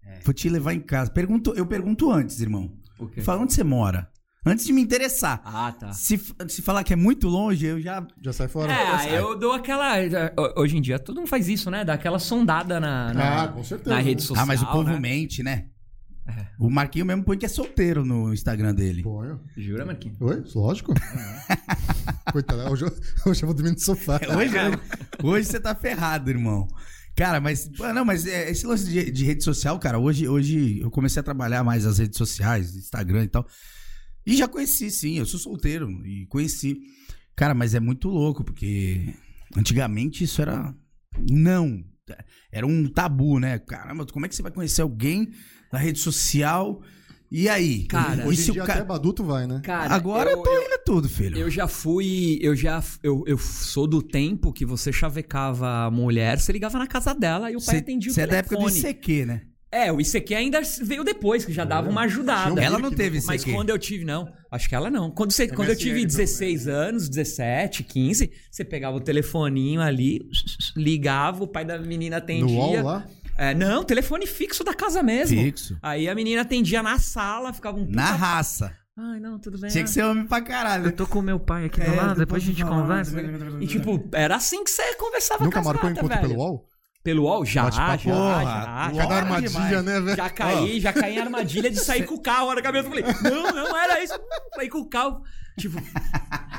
É. Vou te levar em casa. Pergunto, eu pergunto antes, irmão. Fala onde você mora? Antes de me interessar. Ah, tá. Se, f- se falar que é muito longe, eu já. Já sai fora. É, aí eu dou aquela. Hoje em dia todo mundo faz isso, né? Dá aquela sondada na, na, Ah, com certeza. na né? rede social. ah, mas o povo né? mente, né? O Marquinho mesmo põe que é solteiro no Instagram dele. Ponho. Jura, Marquinhos? Oi, lógico. Coitada, hoje, eu- hoje eu vou dormir no sofá. É, Hoje, hoje você tá ferrado, irmão. Cara, mas. pô, Não, mas é, esse lance de, de rede social, cara, hoje, hoje eu comecei a trabalhar mais as redes sociais, Instagram e tal. E já conheci, sim, eu sou solteiro e conheci. Cara, mas é muito louco, porque antigamente isso era. Não. Era um tabu, né? Caramba, como é que você vai conhecer alguém na rede social? E aí? Cara, e Hoje se em o dia ca- até Baduto vai, né? Cara, agora eu, eu, tô indo tudo, filho. eu já fui. Eu já. Eu, eu sou do tempo que você chavecava a mulher, você ligava na casa dela e o pai Você atendia o você é da época do telefone. ICQ, né? É, o ICQ ainda veio depois, que já dava uma ajudada. Tinha um Ela não que teve ICQ. Mas quando eu tive, não, acho que ela não. Quando, É você, quando eu tive pelo 16 anos, 17, 15, você pegava o telefoninho ali, ligava, o pai da menina No UOL atendia. lá. É, não, telefone fixo da casa mesmo. Fixo. Aí a menina atendia na sala, ficava um. Na raça. Ai, não, tudo bem. Ah, Tinha que ser homem pra caralho. Eu tô com meu pai aqui do É, lado, depois depois, a gente fala. né? conversa. E tipo, era assim que você conversava Nunca com as marcou gatas, encontro velho. pelo UOL? Pelo UOL? Já, já, Bate-papo. Porra, já, o já. UOL Cada Fora armadilha, demais. né, velho? Já caí, já caí em armadilha de sair com o carro. A hora que a minha falei, não, não era isso. Saí com o carro. Tipo,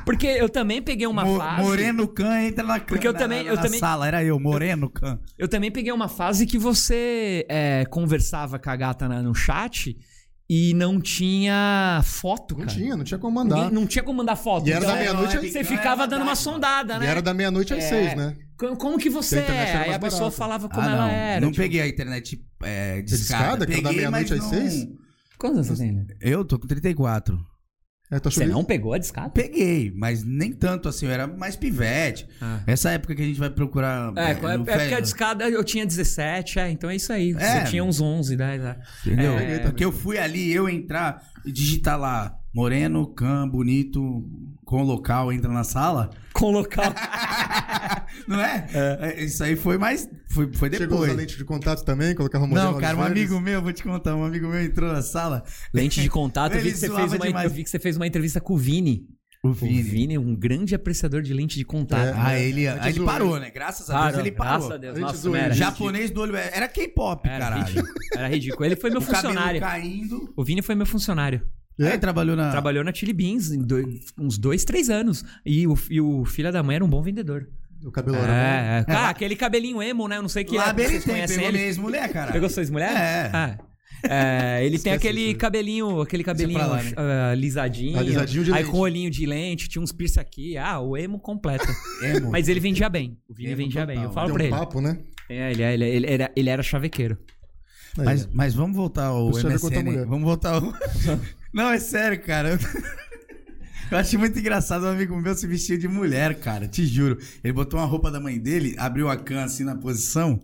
porque eu também peguei uma Mo- fase. Moreno Can entra na Porque eu na- também- na, eu na também- sala, era eu, Moreno Can. Eu também peguei uma fase que você é, conversava com a gata na- no chat e não tinha foto, Não cara. tinha, não tinha como Ninguém- mandar. não tinha como mandar foto. E era da é, meia-noite às- Você ficava dando Ah, uma sondada, E né? era da meia-noite às É. seis, né? Como, como que você A internet é? era Aí a mais pessoa barata. falava como Ah, ela não. era. Não tipo, peguei a internet é, Discada, discada. que é o da Peguei, mas meia-noite às não- seis? Quantos anos você tem? né? Eu tô com 34. É, tá Você chovendo. não pegou a discada? Peguei, mas nem tanto assim, eu era mais pivete. Essa época que a gente vai procurar... É, é, no porque a fe- discada eu tinha 17, é, então é isso aí. É. Você tinha uns 11, 10, é. Entendeu? É, peguei também. porque eu fui ali, eu entrar e digitar lá, Moreno Can, bonito, com local, entra na sala. Com local. Não é? Isso aí foi mais. Foi, foi Chegou depois. usar lente de contato também, colocava modelo Não, cara, um olhos verdes. amigo meu, vou te contar, um amigo meu entrou na sala. Lente de contato, eu vi, Ele que você zoava fez uma, demais. eu vi que você fez uma entrevista com o Vini. O O Vini é um grande apreciador de lente de contato. Ah, ele, aí Antes ele do- parou, né? Graças a Deus Cara, ele graças parou. a Deus, A gente nossa, zoou ele. era, Japonês do olho. Era K-pop, era caralho. ridículo. Era ridículo. Ele foi meu O cabelo funcionário. caindo. O Vini foi meu funcionário. É? Aí trabalhou na. Trabalhou na Chili Beans em dois- uns dois, três anos. E o, e o filho da mãe era um bom vendedor. O cabelo era É, é. Cara, aquele cabelinho emo, né? Eu não sei que né? Lá época ele vocês tem, conhecem pegou ele. minha ex-mulher, Ah, cara. Pegou sua ex-mulher? É. Ah. É, ele tem aquele cabelinho, aquele cabelinho pra lá, né? ah, lisadinho, Alisadinho de aí lente. com olhinho de lente, tinha uns piercing aqui, ah, o emo completo. Emo. Mas ele vendia bem, o Vini Emo vendia total. bem, eu Deu falo um pra ele. papo, né? É, ele, ele- ele era, ele era chavequeiro. Aí, Mas, mas vamos voltar ao Você vai contar a MSN. mulher. Vamos voltar ao. Não, é sério, cara. Eu- Eu acho muito engraçado um amigo meu se vestir de mulher, cara. Te juro. Ele botou uma roupa da mãe dele, abriu a can assim na posição.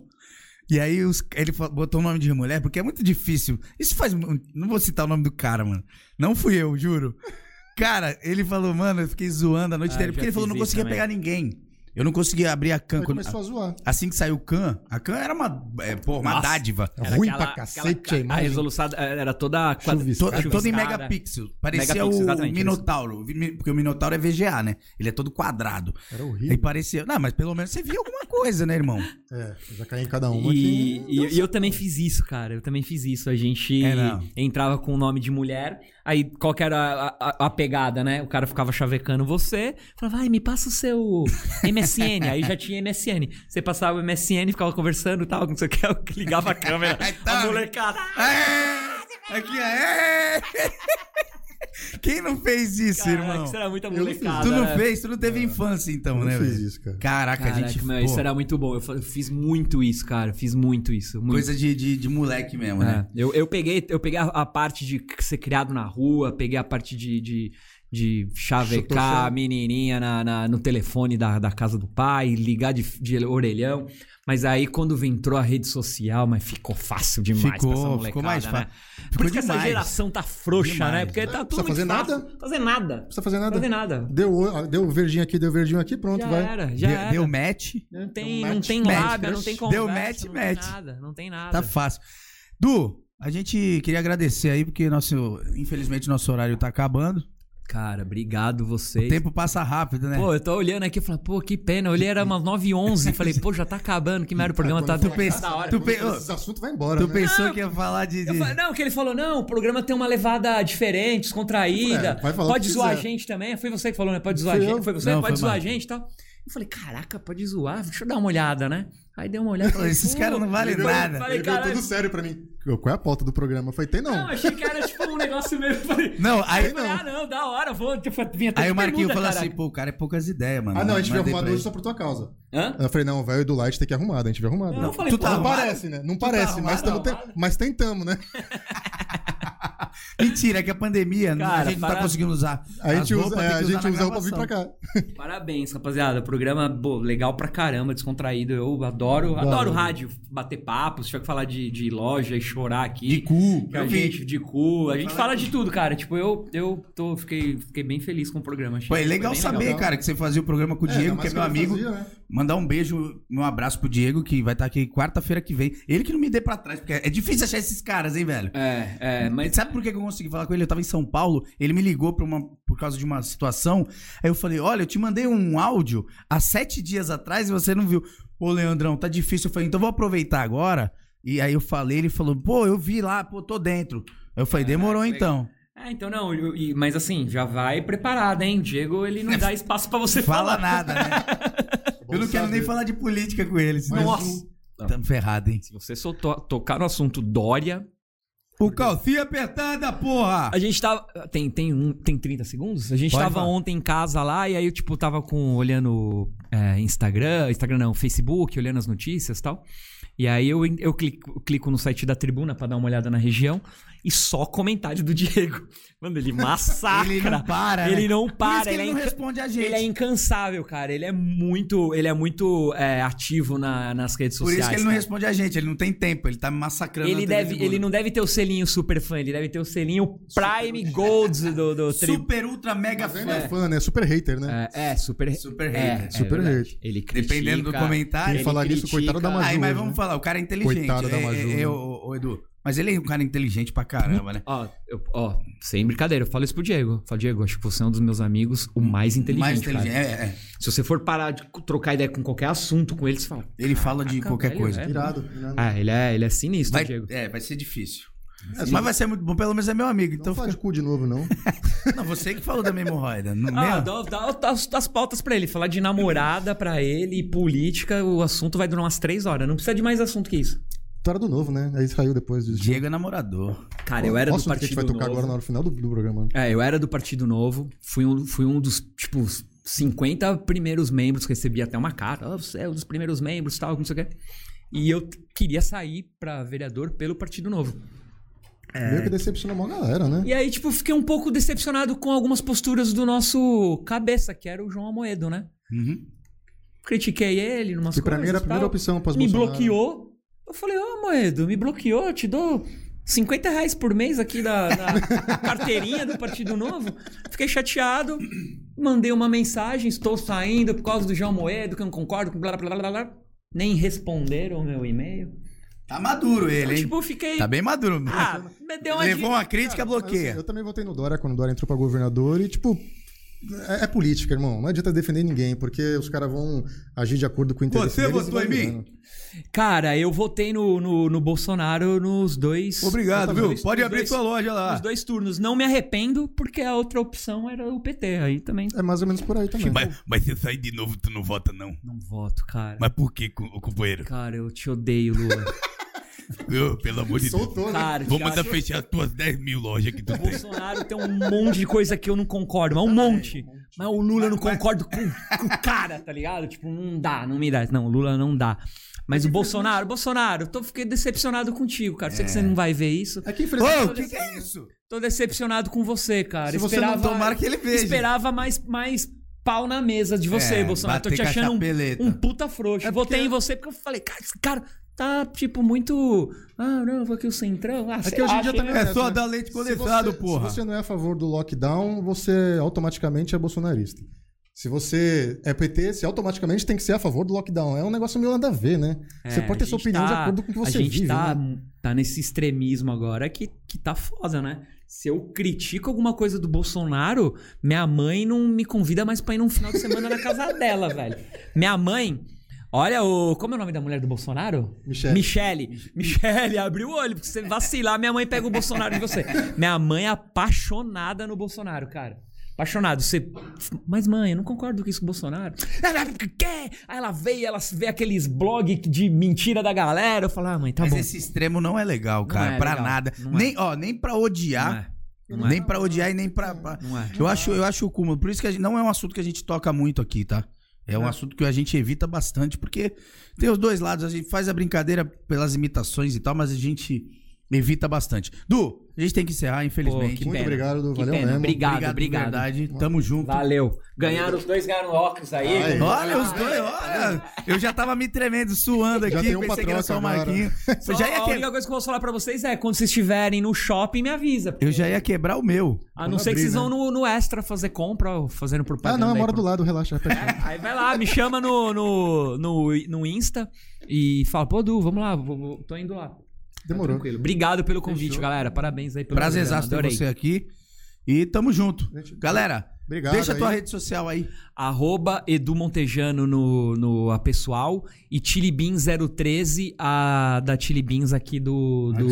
E aí os- ele fa- botou o nome de mulher, porque é muito difícil. Isso faz. mu- Não vou citar o nome do cara, mano. Não fui eu, juro. Cara, ele falou, mano, eu fiquei zoando a noite Ah, inteira, eu porque já ele falou, não fiz isso conseguia também. pegar ninguém. Eu não conseguia abrir a can. Aí Quando, começou a zoar. assim que saiu o can, a can era uma, é, pô, uma Nossa. dádiva. Era Ruim aquela- pra cacete a aquela- A imagem. resolução eh, era toda... quadra- Chuviscada. Toda, toda em chuviscada. megapixel. Parecia Megapixel, o exatamente, Minotauro. Mi- Porque o Minotauro é VGA, né? Ele é todo quadrado. Era Aí horrível. parecia. Não, mas pelo menos você via alguma coisa, né, irmão? É, já caí em cada uma E, aqui. né? e- e eu também fiz isso, cara. Eu também fiz isso. A gente É, não. entrava com o nome de mulher, aí qual que era a, a- a pegada, né? O cara ficava chavecando você, falava, ai, me passa o seu MSN. aí já tinha MSN. Você passava o MSN, ficava conversando e tal, não sei o que, eu ligava a câmera. Tá. a molecada. É! Aqui é. é! Quem não fez isso, Caraca, irmão? isso era muita não fiz. molecada. Tu não né? fez? Tu não teve infância, então, Eu né, não fiz velho? isso, cara. Caraca, Caraca, a gente. meu, pô, isso era muito bom. Eu fa- eu fiz muito isso, cara. eu Fiz muito isso. Muito. Coisa de, de, de moleque mesmo, né? É, eu, eu peguei, eu peguei a, a parte de ser criado na rua, peguei a parte de, de, de Chutou chavecar chão. a menininha na, na- no telefone da, da casa do pai, ligar de, de orelhão. Mas aí quando entrou a rede social, mas ficou fácil demais pra essa Ficou, molecada, ficou mais né? fácil. Por Ficou isso que essa demais. geração tá frouxa, Demais. né? Porque tá tudo precisa fazer muito fácil. nada. Não Fazer nada. Não precisa fazer nada. Fazer nada. Deu, o- deu o verdinho aqui, deu o verdinho aqui, pronto, já vai. era, já Deu, era. deu match, Não tem, Deu não match, tem match, lábia, não match. tem Deu conversa, match, não match. tem nada, não tem nada. tá fácil. Du, a gente queria agradecer aí, porque nosso, infelizmente nosso horário tá acabando. Cara, obrigado O vocês. tempo passa rápido, né? Pô, eu tô olhando aqui e falei, pô, que pena. Eu olhei, era umas 9 h 11 Falei, pô, já tá acabando. Que merda, o programa Ah, tá... quando tu pensa, da hora. tu Quando pe- esse assunto vai embora, tu né? pensou que ia falar de... Eu de- falei, não, que ele falou, não, o programa tem uma levada diferente, descontraída. É, vai falar o pode que zoar a quiser. gente também. Foi você que falou, né? Pode zoar Fui a gente. eu. Foi você, Não, pode foi zoar a Marco. gente e tal. Eu falei, caraca, pode zoar. Deixa eu dar uma olhada, né? Aí dei uma olhada. falei, Esses pô, um caras não valem Ele nada. Falei, Ele veio caralho. todo sério pra mim. Eu, Qual é a pauta do programa? Eu falei, tem não. Não, achei que era tipo um negócio meio. Falei, Não, aí aí eu falei, ah, não, da hora, vou. Tipo, vim até Aí de o Marquinho bermuda, falou caralho. assim, pô, o cara é poucas ideias, mano. ah, não, a gente veio Mandei pra arrumado ele. hoje só por tua causa. Hã? Eu falei, não, velho, do Light tem que arrumado, a gente veio arrumado. Não, eu falei, assim, Tu pô, tá Não arrumado? parece, né? Não Tu tá parece, mas, arrumado? tamo te- mas tentamos, né? Mentira, é que a pandemia, Cara, a gente não para- tá conseguindo usar. A gente usa, é, a gente usa usar roupa pra vir pra cá. Parabéns, rapaziada. Programa pô, legal pra caramba, descontraído. Eu adoro, Adoro. adoro rádio, bater papo, se tiver que falar de, de loja e chorar aqui. De cu. Que a eu vi. gente, de cu, a gente fala de tudo, cara. Tipo, eu, eu tô, fiquei, fiquei bem feliz com o programa. achei Pô, é que foi legal bem saber, legal. cara, que você fazia o programa com o Diego, ainda que é mais meu quando amigo. fazia, né? Mandar um beijo, um abraço pro Diego, que vai estar aqui quarta-feira que vem. Ele que não me dê pra trás, porque é difícil achar esses caras, hein, velho? É, é, mas. Sabe por que que eu consegui falar com ele? Eu tava em São Paulo, ele me ligou por, uma, por causa de uma situação. Aí eu falei: Olha, eu te mandei um áudio há sete dias atrás e você não viu. Pô, Leandrão, tá difícil. Eu falei: Então vou aproveitar agora. E aí eu falei: Ele falou, pô, eu vi lá, pô, tô dentro. Eu falei: Demorou legal. então. É, então não, eu- e- mas assim, já vai preparado, hein? Diego, ele não dá espaço pra você Fala falar. nada, né? Bom Eu não quero nem saber. falar de política com ele. senão- Nossa. Tamo ferrado, hein? Se você soltou, tocar no assunto Dória. O calcinha apertada, porra! A gente tava. Tem, tem, um, tem 30 segundos? A gente Pode tava falar. ontem em casa lá e aí eu, tipo, tava com, olhando é, Instagram, Instagram não, Facebook, olhando as notícias e tal. E aí eu, en- eu clico, clico no site da tribuna pra dar uma olhada na região e só comentário do Diego. Mano, ele massacra. Ele não para. né? Ele não Por isso para, que ele, ele, é não inca- responde a gente. ele é incansável, cara. Ele é muito, ele é muito é, ativo na- nas redes Por sociais. isso que ele não cara. responde a gente, ele não tem tempo, ele tá me massacrando. Ele, na deve, TV ele Globo. não deve ter o selinho super fã, ele deve ter o selinho Prime Gold do, do tri- Super, ultra, mega Mas ainda fã. é fã, né? Super hater, né? É, é, super. Super é, hater. é Super verdade. hate. Ele critica, Dependendo do comentário. Quem falar nisso, coitado da Maju. Aí, mas hoje, vamos né? falar, o cara é inteligente. Coitado da é, Maju, é, é, né? o, o Edu. Mas ele é um cara inteligente pra caramba, né? Ó, eu- ó, sem brincadeira, eu falo isso pro Diego. Eu falo, Diego, acho que você é um dos meus amigos o mais inteligente. Mais inteligente. cara. É, é. Se você for parar de trocar ideia com qualquer assunto com ele, você fala. Ele fala de "Caraca, qualquer velho, coisa. é, Irado. irado. Ah, ele é, ele é sinistro, Vai, Diego. é, vai ser difícil. É, Mas vai ser muito bom, pelo menos é meu amigo. Não Então, fala de cu de novo, não. fica- não, você que falou da minha hemorroida. Não, Ah, meu? dá, dá- dá as, as pautas pra ele. Falar de namorada pra ele e política, o assunto vai durar umas três horas. Não precisa de mais assunto que isso. Tu era do novo, né? Aí saiu depois disso. Diego é namorador. Cara, eu era Nossa, o do que a gente Partido vai tocar Novo. agora na hora final do, do programa. É, eu era do Partido Novo, fui um, fui um dos, tipo, os 50 primeiros membros, recebi até uma carta, "Ah, você é um dos primeiros membros, tal, não sei o quê. E eu t- queria sair pra vereador pelo Partido Novo. Meio que decepcionou a maior galera, né? É. E aí, tipo, fiquei um pouco decepcionado com algumas posturas do nosso cabeça, que era o João Amoedo, né? Uhum. Critiquei ele numa Que pra mim era a primeira opção pós Me Bolsonaro. bloqueou. Eu falei, ô, Amoedo, me bloqueou, eu te dou 50 reais por mês aqui da, da carteirinha do Partido Novo. Fiquei chateado, mandei uma mensagem, estou saindo por causa do João Moedo, que eu não concordo com blá blá blá blá blá. Nem responderam o meu e-mail. Tá maduro ele, Eu, hein? tipo, fiquei. Tá bem maduro. Ah, me deu uma Levou dica. uma crítica, Assim, bloqueia. eu também votei no Dória quando o Dória entrou pra governador e, tipo. É, é política, irmão. Não adianta defender ninguém, porque os caras vão agir de acordo com o interesse Você deles e votou vai em mim? ganhando. Cara, eu votei no, no, no Bolsonaro nos dois. Obrigado, nos viu? dois- Pode nos abrir dois- sua loja lá. Nos dois turnos. Não me arrependo, porque a outra opção era o PT. Aí também. É mais ou menos por aí também. Mas, mas se eu sair de novo, tu não vota, não. Não voto, cara. Mas por que, co- ô, companheiro? Cara, eu te odeio, Lula. Eu, pelo amor de Deus. Soltou, né? Cara, Vou te mandar acho- fechar as tuas 10 mil lojas que tu tem. Bolsonaro tem um monte de coisa que eu não concordo, mas um monte. Mas o Lula eu não concordo com, com o cara, tá ligado? Tipo, não dá, não me dá. Não, o Lula não dá. Mas o Bolsonaro, Bolsonaro, eu tô, fiquei decepcionado contigo, cara. Sei que você não vai ver isso. É que Ô, infelizmente. o que, que é isso? Tô decepcionado com você, cara. Se você não esperava, Tomara que ele veja. esperava mais, mais pau na mesa de você, É, Bolsonaro. Tô bater te com a achando um, chapeleta. um puta frouxo. É Votei porque- em você porque eu falei, cara, esse cara tá, tipo, muito. Ah, não, vou aqui o Centrão. Ah, sei que hoje em lá, dia achei- também É só né? dar leite Se condensado, você- porra. Se você não é a favor do lockdown, você automaticamente é bolsonarista. Se você é PT, você automaticamente tem que ser a favor do lockdown. É um negócio meio nada a ver, né? É, você pode ter a sua gente opinião de tá- acordo com o que você A gente vive. tá, né? tá nesse extremismo agora que, que tá foda, né? Se eu critico alguma coisa do Bolsonaro, minha mãe não me convida mais pra ir num final de semana na casa dela, velho. Minha mãe. Olha o. Como é o nome da mulher do Bolsonaro? Michele. Michele. Michele, abriu o olho, porque você vacilar, minha mãe pega o Bolsonaro de você. Minha mãe é apaixonada no Bolsonaro, cara. Apaixonado. Você. Mas, mãe, eu não concordo com isso com o Bolsonaro. Ela quer! Aí ela veio, ela vê aqueles blogs de mentira da galera. Eu falo, ah, mãe, tá Mas bom. esse extremo não é legal, cara. é pra legal. nada. Não é. Nem, ó, nem pra Não odiar. é. Não é. nem pra odiar e nem pra. pra- Não é. Eu acho, eu acho o cúmulo. Por isso que a gente- não é um assunto que a gente toca muito aqui, tá? É um assunto que a gente evita bastante, porque tem os dois lados. A gente faz a brincadeira pelas imitações e tal, mas a gente evita bastante. Du, a gente tem que encerrar, infelizmente. que Muito pena. obrigado, Que valeu pena. mesmo. Obrigado, obrigado. de verdade. Tamo junto. Valeu. Ganharam, os dois ganharam óculos aí. Ai. Olha os dois, olha. Eu já tava me tremendo, suando aqui. Já tem um pensei que era só o patroca agora. Marquinho. Só Eu já, ia a que- única coisa que eu posso falar pra vocês é, quando vocês estiverem no shopping, me avisa. eu já ia quebrar o meu. A não ser que abrir, vocês né? vão no, no Extra fazer compra, ou fazendo propaganda. Ah, não, eu aí moro do pro- É, lado, relaxa. rapidinho. Aí vai lá, me chama no, no, no, no Insta e fala, pô, Du, vamos lá, vou- vou- tô indo lá. Tá Demorou. Tranquilo. Obrigado pelo convite, Fechou. galera. Parabéns aí pelo Prazerzaço ter programa, adorei. você aqui. E tamo junto. Gente, Galera, Obrigado. deixa a tua aí. rede social aí. Arroba Edu Montejano no, no a pessoal e Tilibin013, a da Tilibins aqui do... do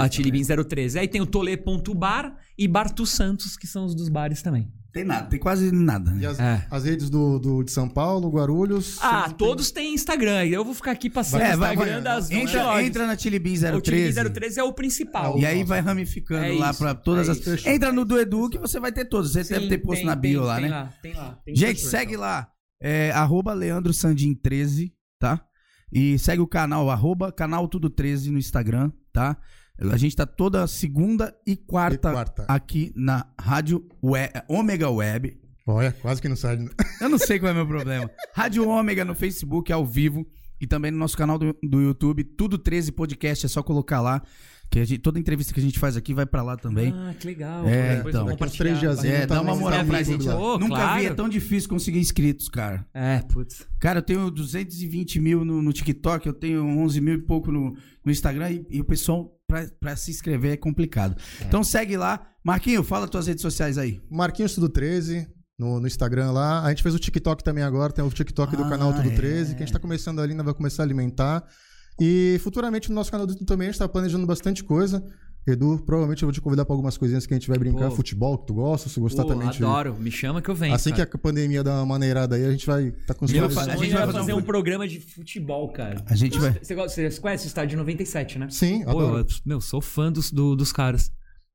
a Tilibin013. Aí tem o Tolê.bar e Bartu Santos, que são os dos bares também. Tem nada, tem quase nada. né? E as, É. as redes do, do- de São Paulo, Guarulhos. Ah, vocês- todos têm Instagram. Eu vou ficar aqui passando É, é, vai, Instagram vai. das Entra, lojas. entra na Tilibin O Tilibin 013. 013 é o principal. E aí vai ramificando É lá isso, pra todas é as. isso. Entra no do Edu que você vai ter todos. Você Sim, deve ter posto tem- na bio tem- lá, tem né? Tem lá, tem então. Gente, tudo. segue lá. É, arroba Leandro Sandin 13, tá? E segue o canal, arroba canal Tudo 13 no Instagram, tá? A gente tá toda segunda e E quarta, quarta. aqui na Rádio We- Ômega Web. Olha, quase que não sai. né? Eu não sei qual é o meu problema. Rádio Ômega no Facebook, ao vivo. E também no nosso canal do, do YouTube, Tudo 13 Podcast. É só colocar lá. Que a gente- toda entrevista que a gente faz aqui vai pra lá também. Ah, que legal. É, Depois eu então. vou Daqui uns compartilhar. três dias É, Não dá tá uma mais moral no pra YouTube gente. lá. Ô, Nunca claro. vi, é tão difícil conseguir inscritos, cara. É, putz. Cara, eu tenho 220 mil no, no TikTok, eu tenho 11 mil e pouco no, no Instagram e, e o pessoal pra, pra se inscrever é complicado. Então segue lá. Marquinho, fala tuas redes sociais aí. Marquinhos Tudo 13 no, no Instagram lá. A gente fez o TikTok também agora, tem o TikTok do Ah, canal Tudo é. 13, que a gente tá começando ali, ainda vai começar a alimentar. E futuramente no nosso canal do YouTube também a gente tá planejando bastante coisa. Edu, provavelmente eu vou te convidar pra algumas coisinhas que a gente vai brincar, Pô. futebol que tu gosta, se gostar Pô, também. te- adoro. Me chama que eu venho. Assim que cara. a pandemia dar uma maneirada aí, a gente vai tá com os Eu planos- fa- a a gente gente vai vai fazer fazer um um fut- programa de futebol, cara. A gente vai. Você, gosta- você conhece o estádio 97, né? Sim, Pô, adoro. eu, meu, sou fã dos, do- dos caras.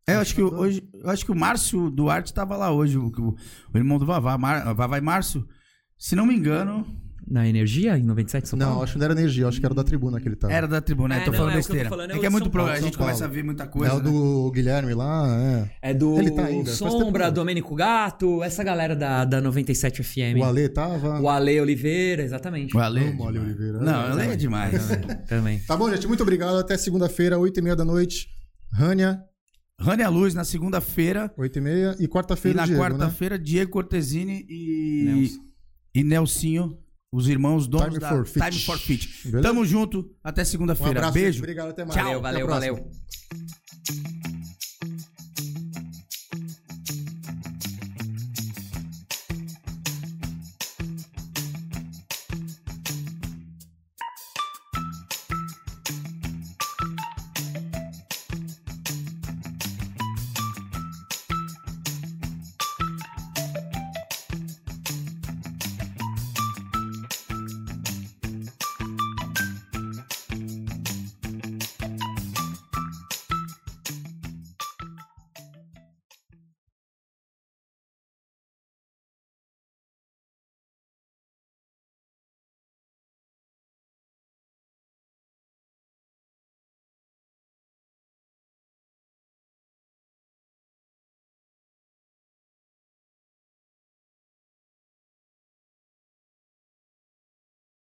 É, eu acho que o- hoje, eu acho que o Márcio Duarte tava lá hoje, o, o- o irmão do Vavá, Mar, Vavá e Márcio. Se não me engano, Na Energia, em 97, São Não, Paulo? acho que não era energia, acho que era da tribuna que ele tava. era da tribuna, É, né? tô não, falando é, o que eu tô besteira. falando é é o que é de muito São problema, a Paulo, gente São começa a Paulo. ver muita É coisa. o né? do Guilherme lá, é. É do Ele tá ainda, faz tempo Sombra, mesmo. Domênico Gato, essa galera da, da 97 FM. O Ale tava. O Ale Oliveira, exatamente. O Ale é Amo o Ale demais. Oliveira. né? Não, o Ale é demais. Também. Tá bom, gente. Muito obrigado. Até segunda-feira, 8h30 da noite. Rania, Rane a Luz na segunda-feira. 8h30. E E quarta-feira, na Diego, né? quarta-feira, Diego Cortesini e, Nelson. e Nelsinho, os irmãos donos Time da for Fit. Time for Fit. Beleza? Tamo junto, até Um segunda-feira. abraço. Beijo. Obrigado, até mais. Valeu, Até a valeu, próxima. valeu.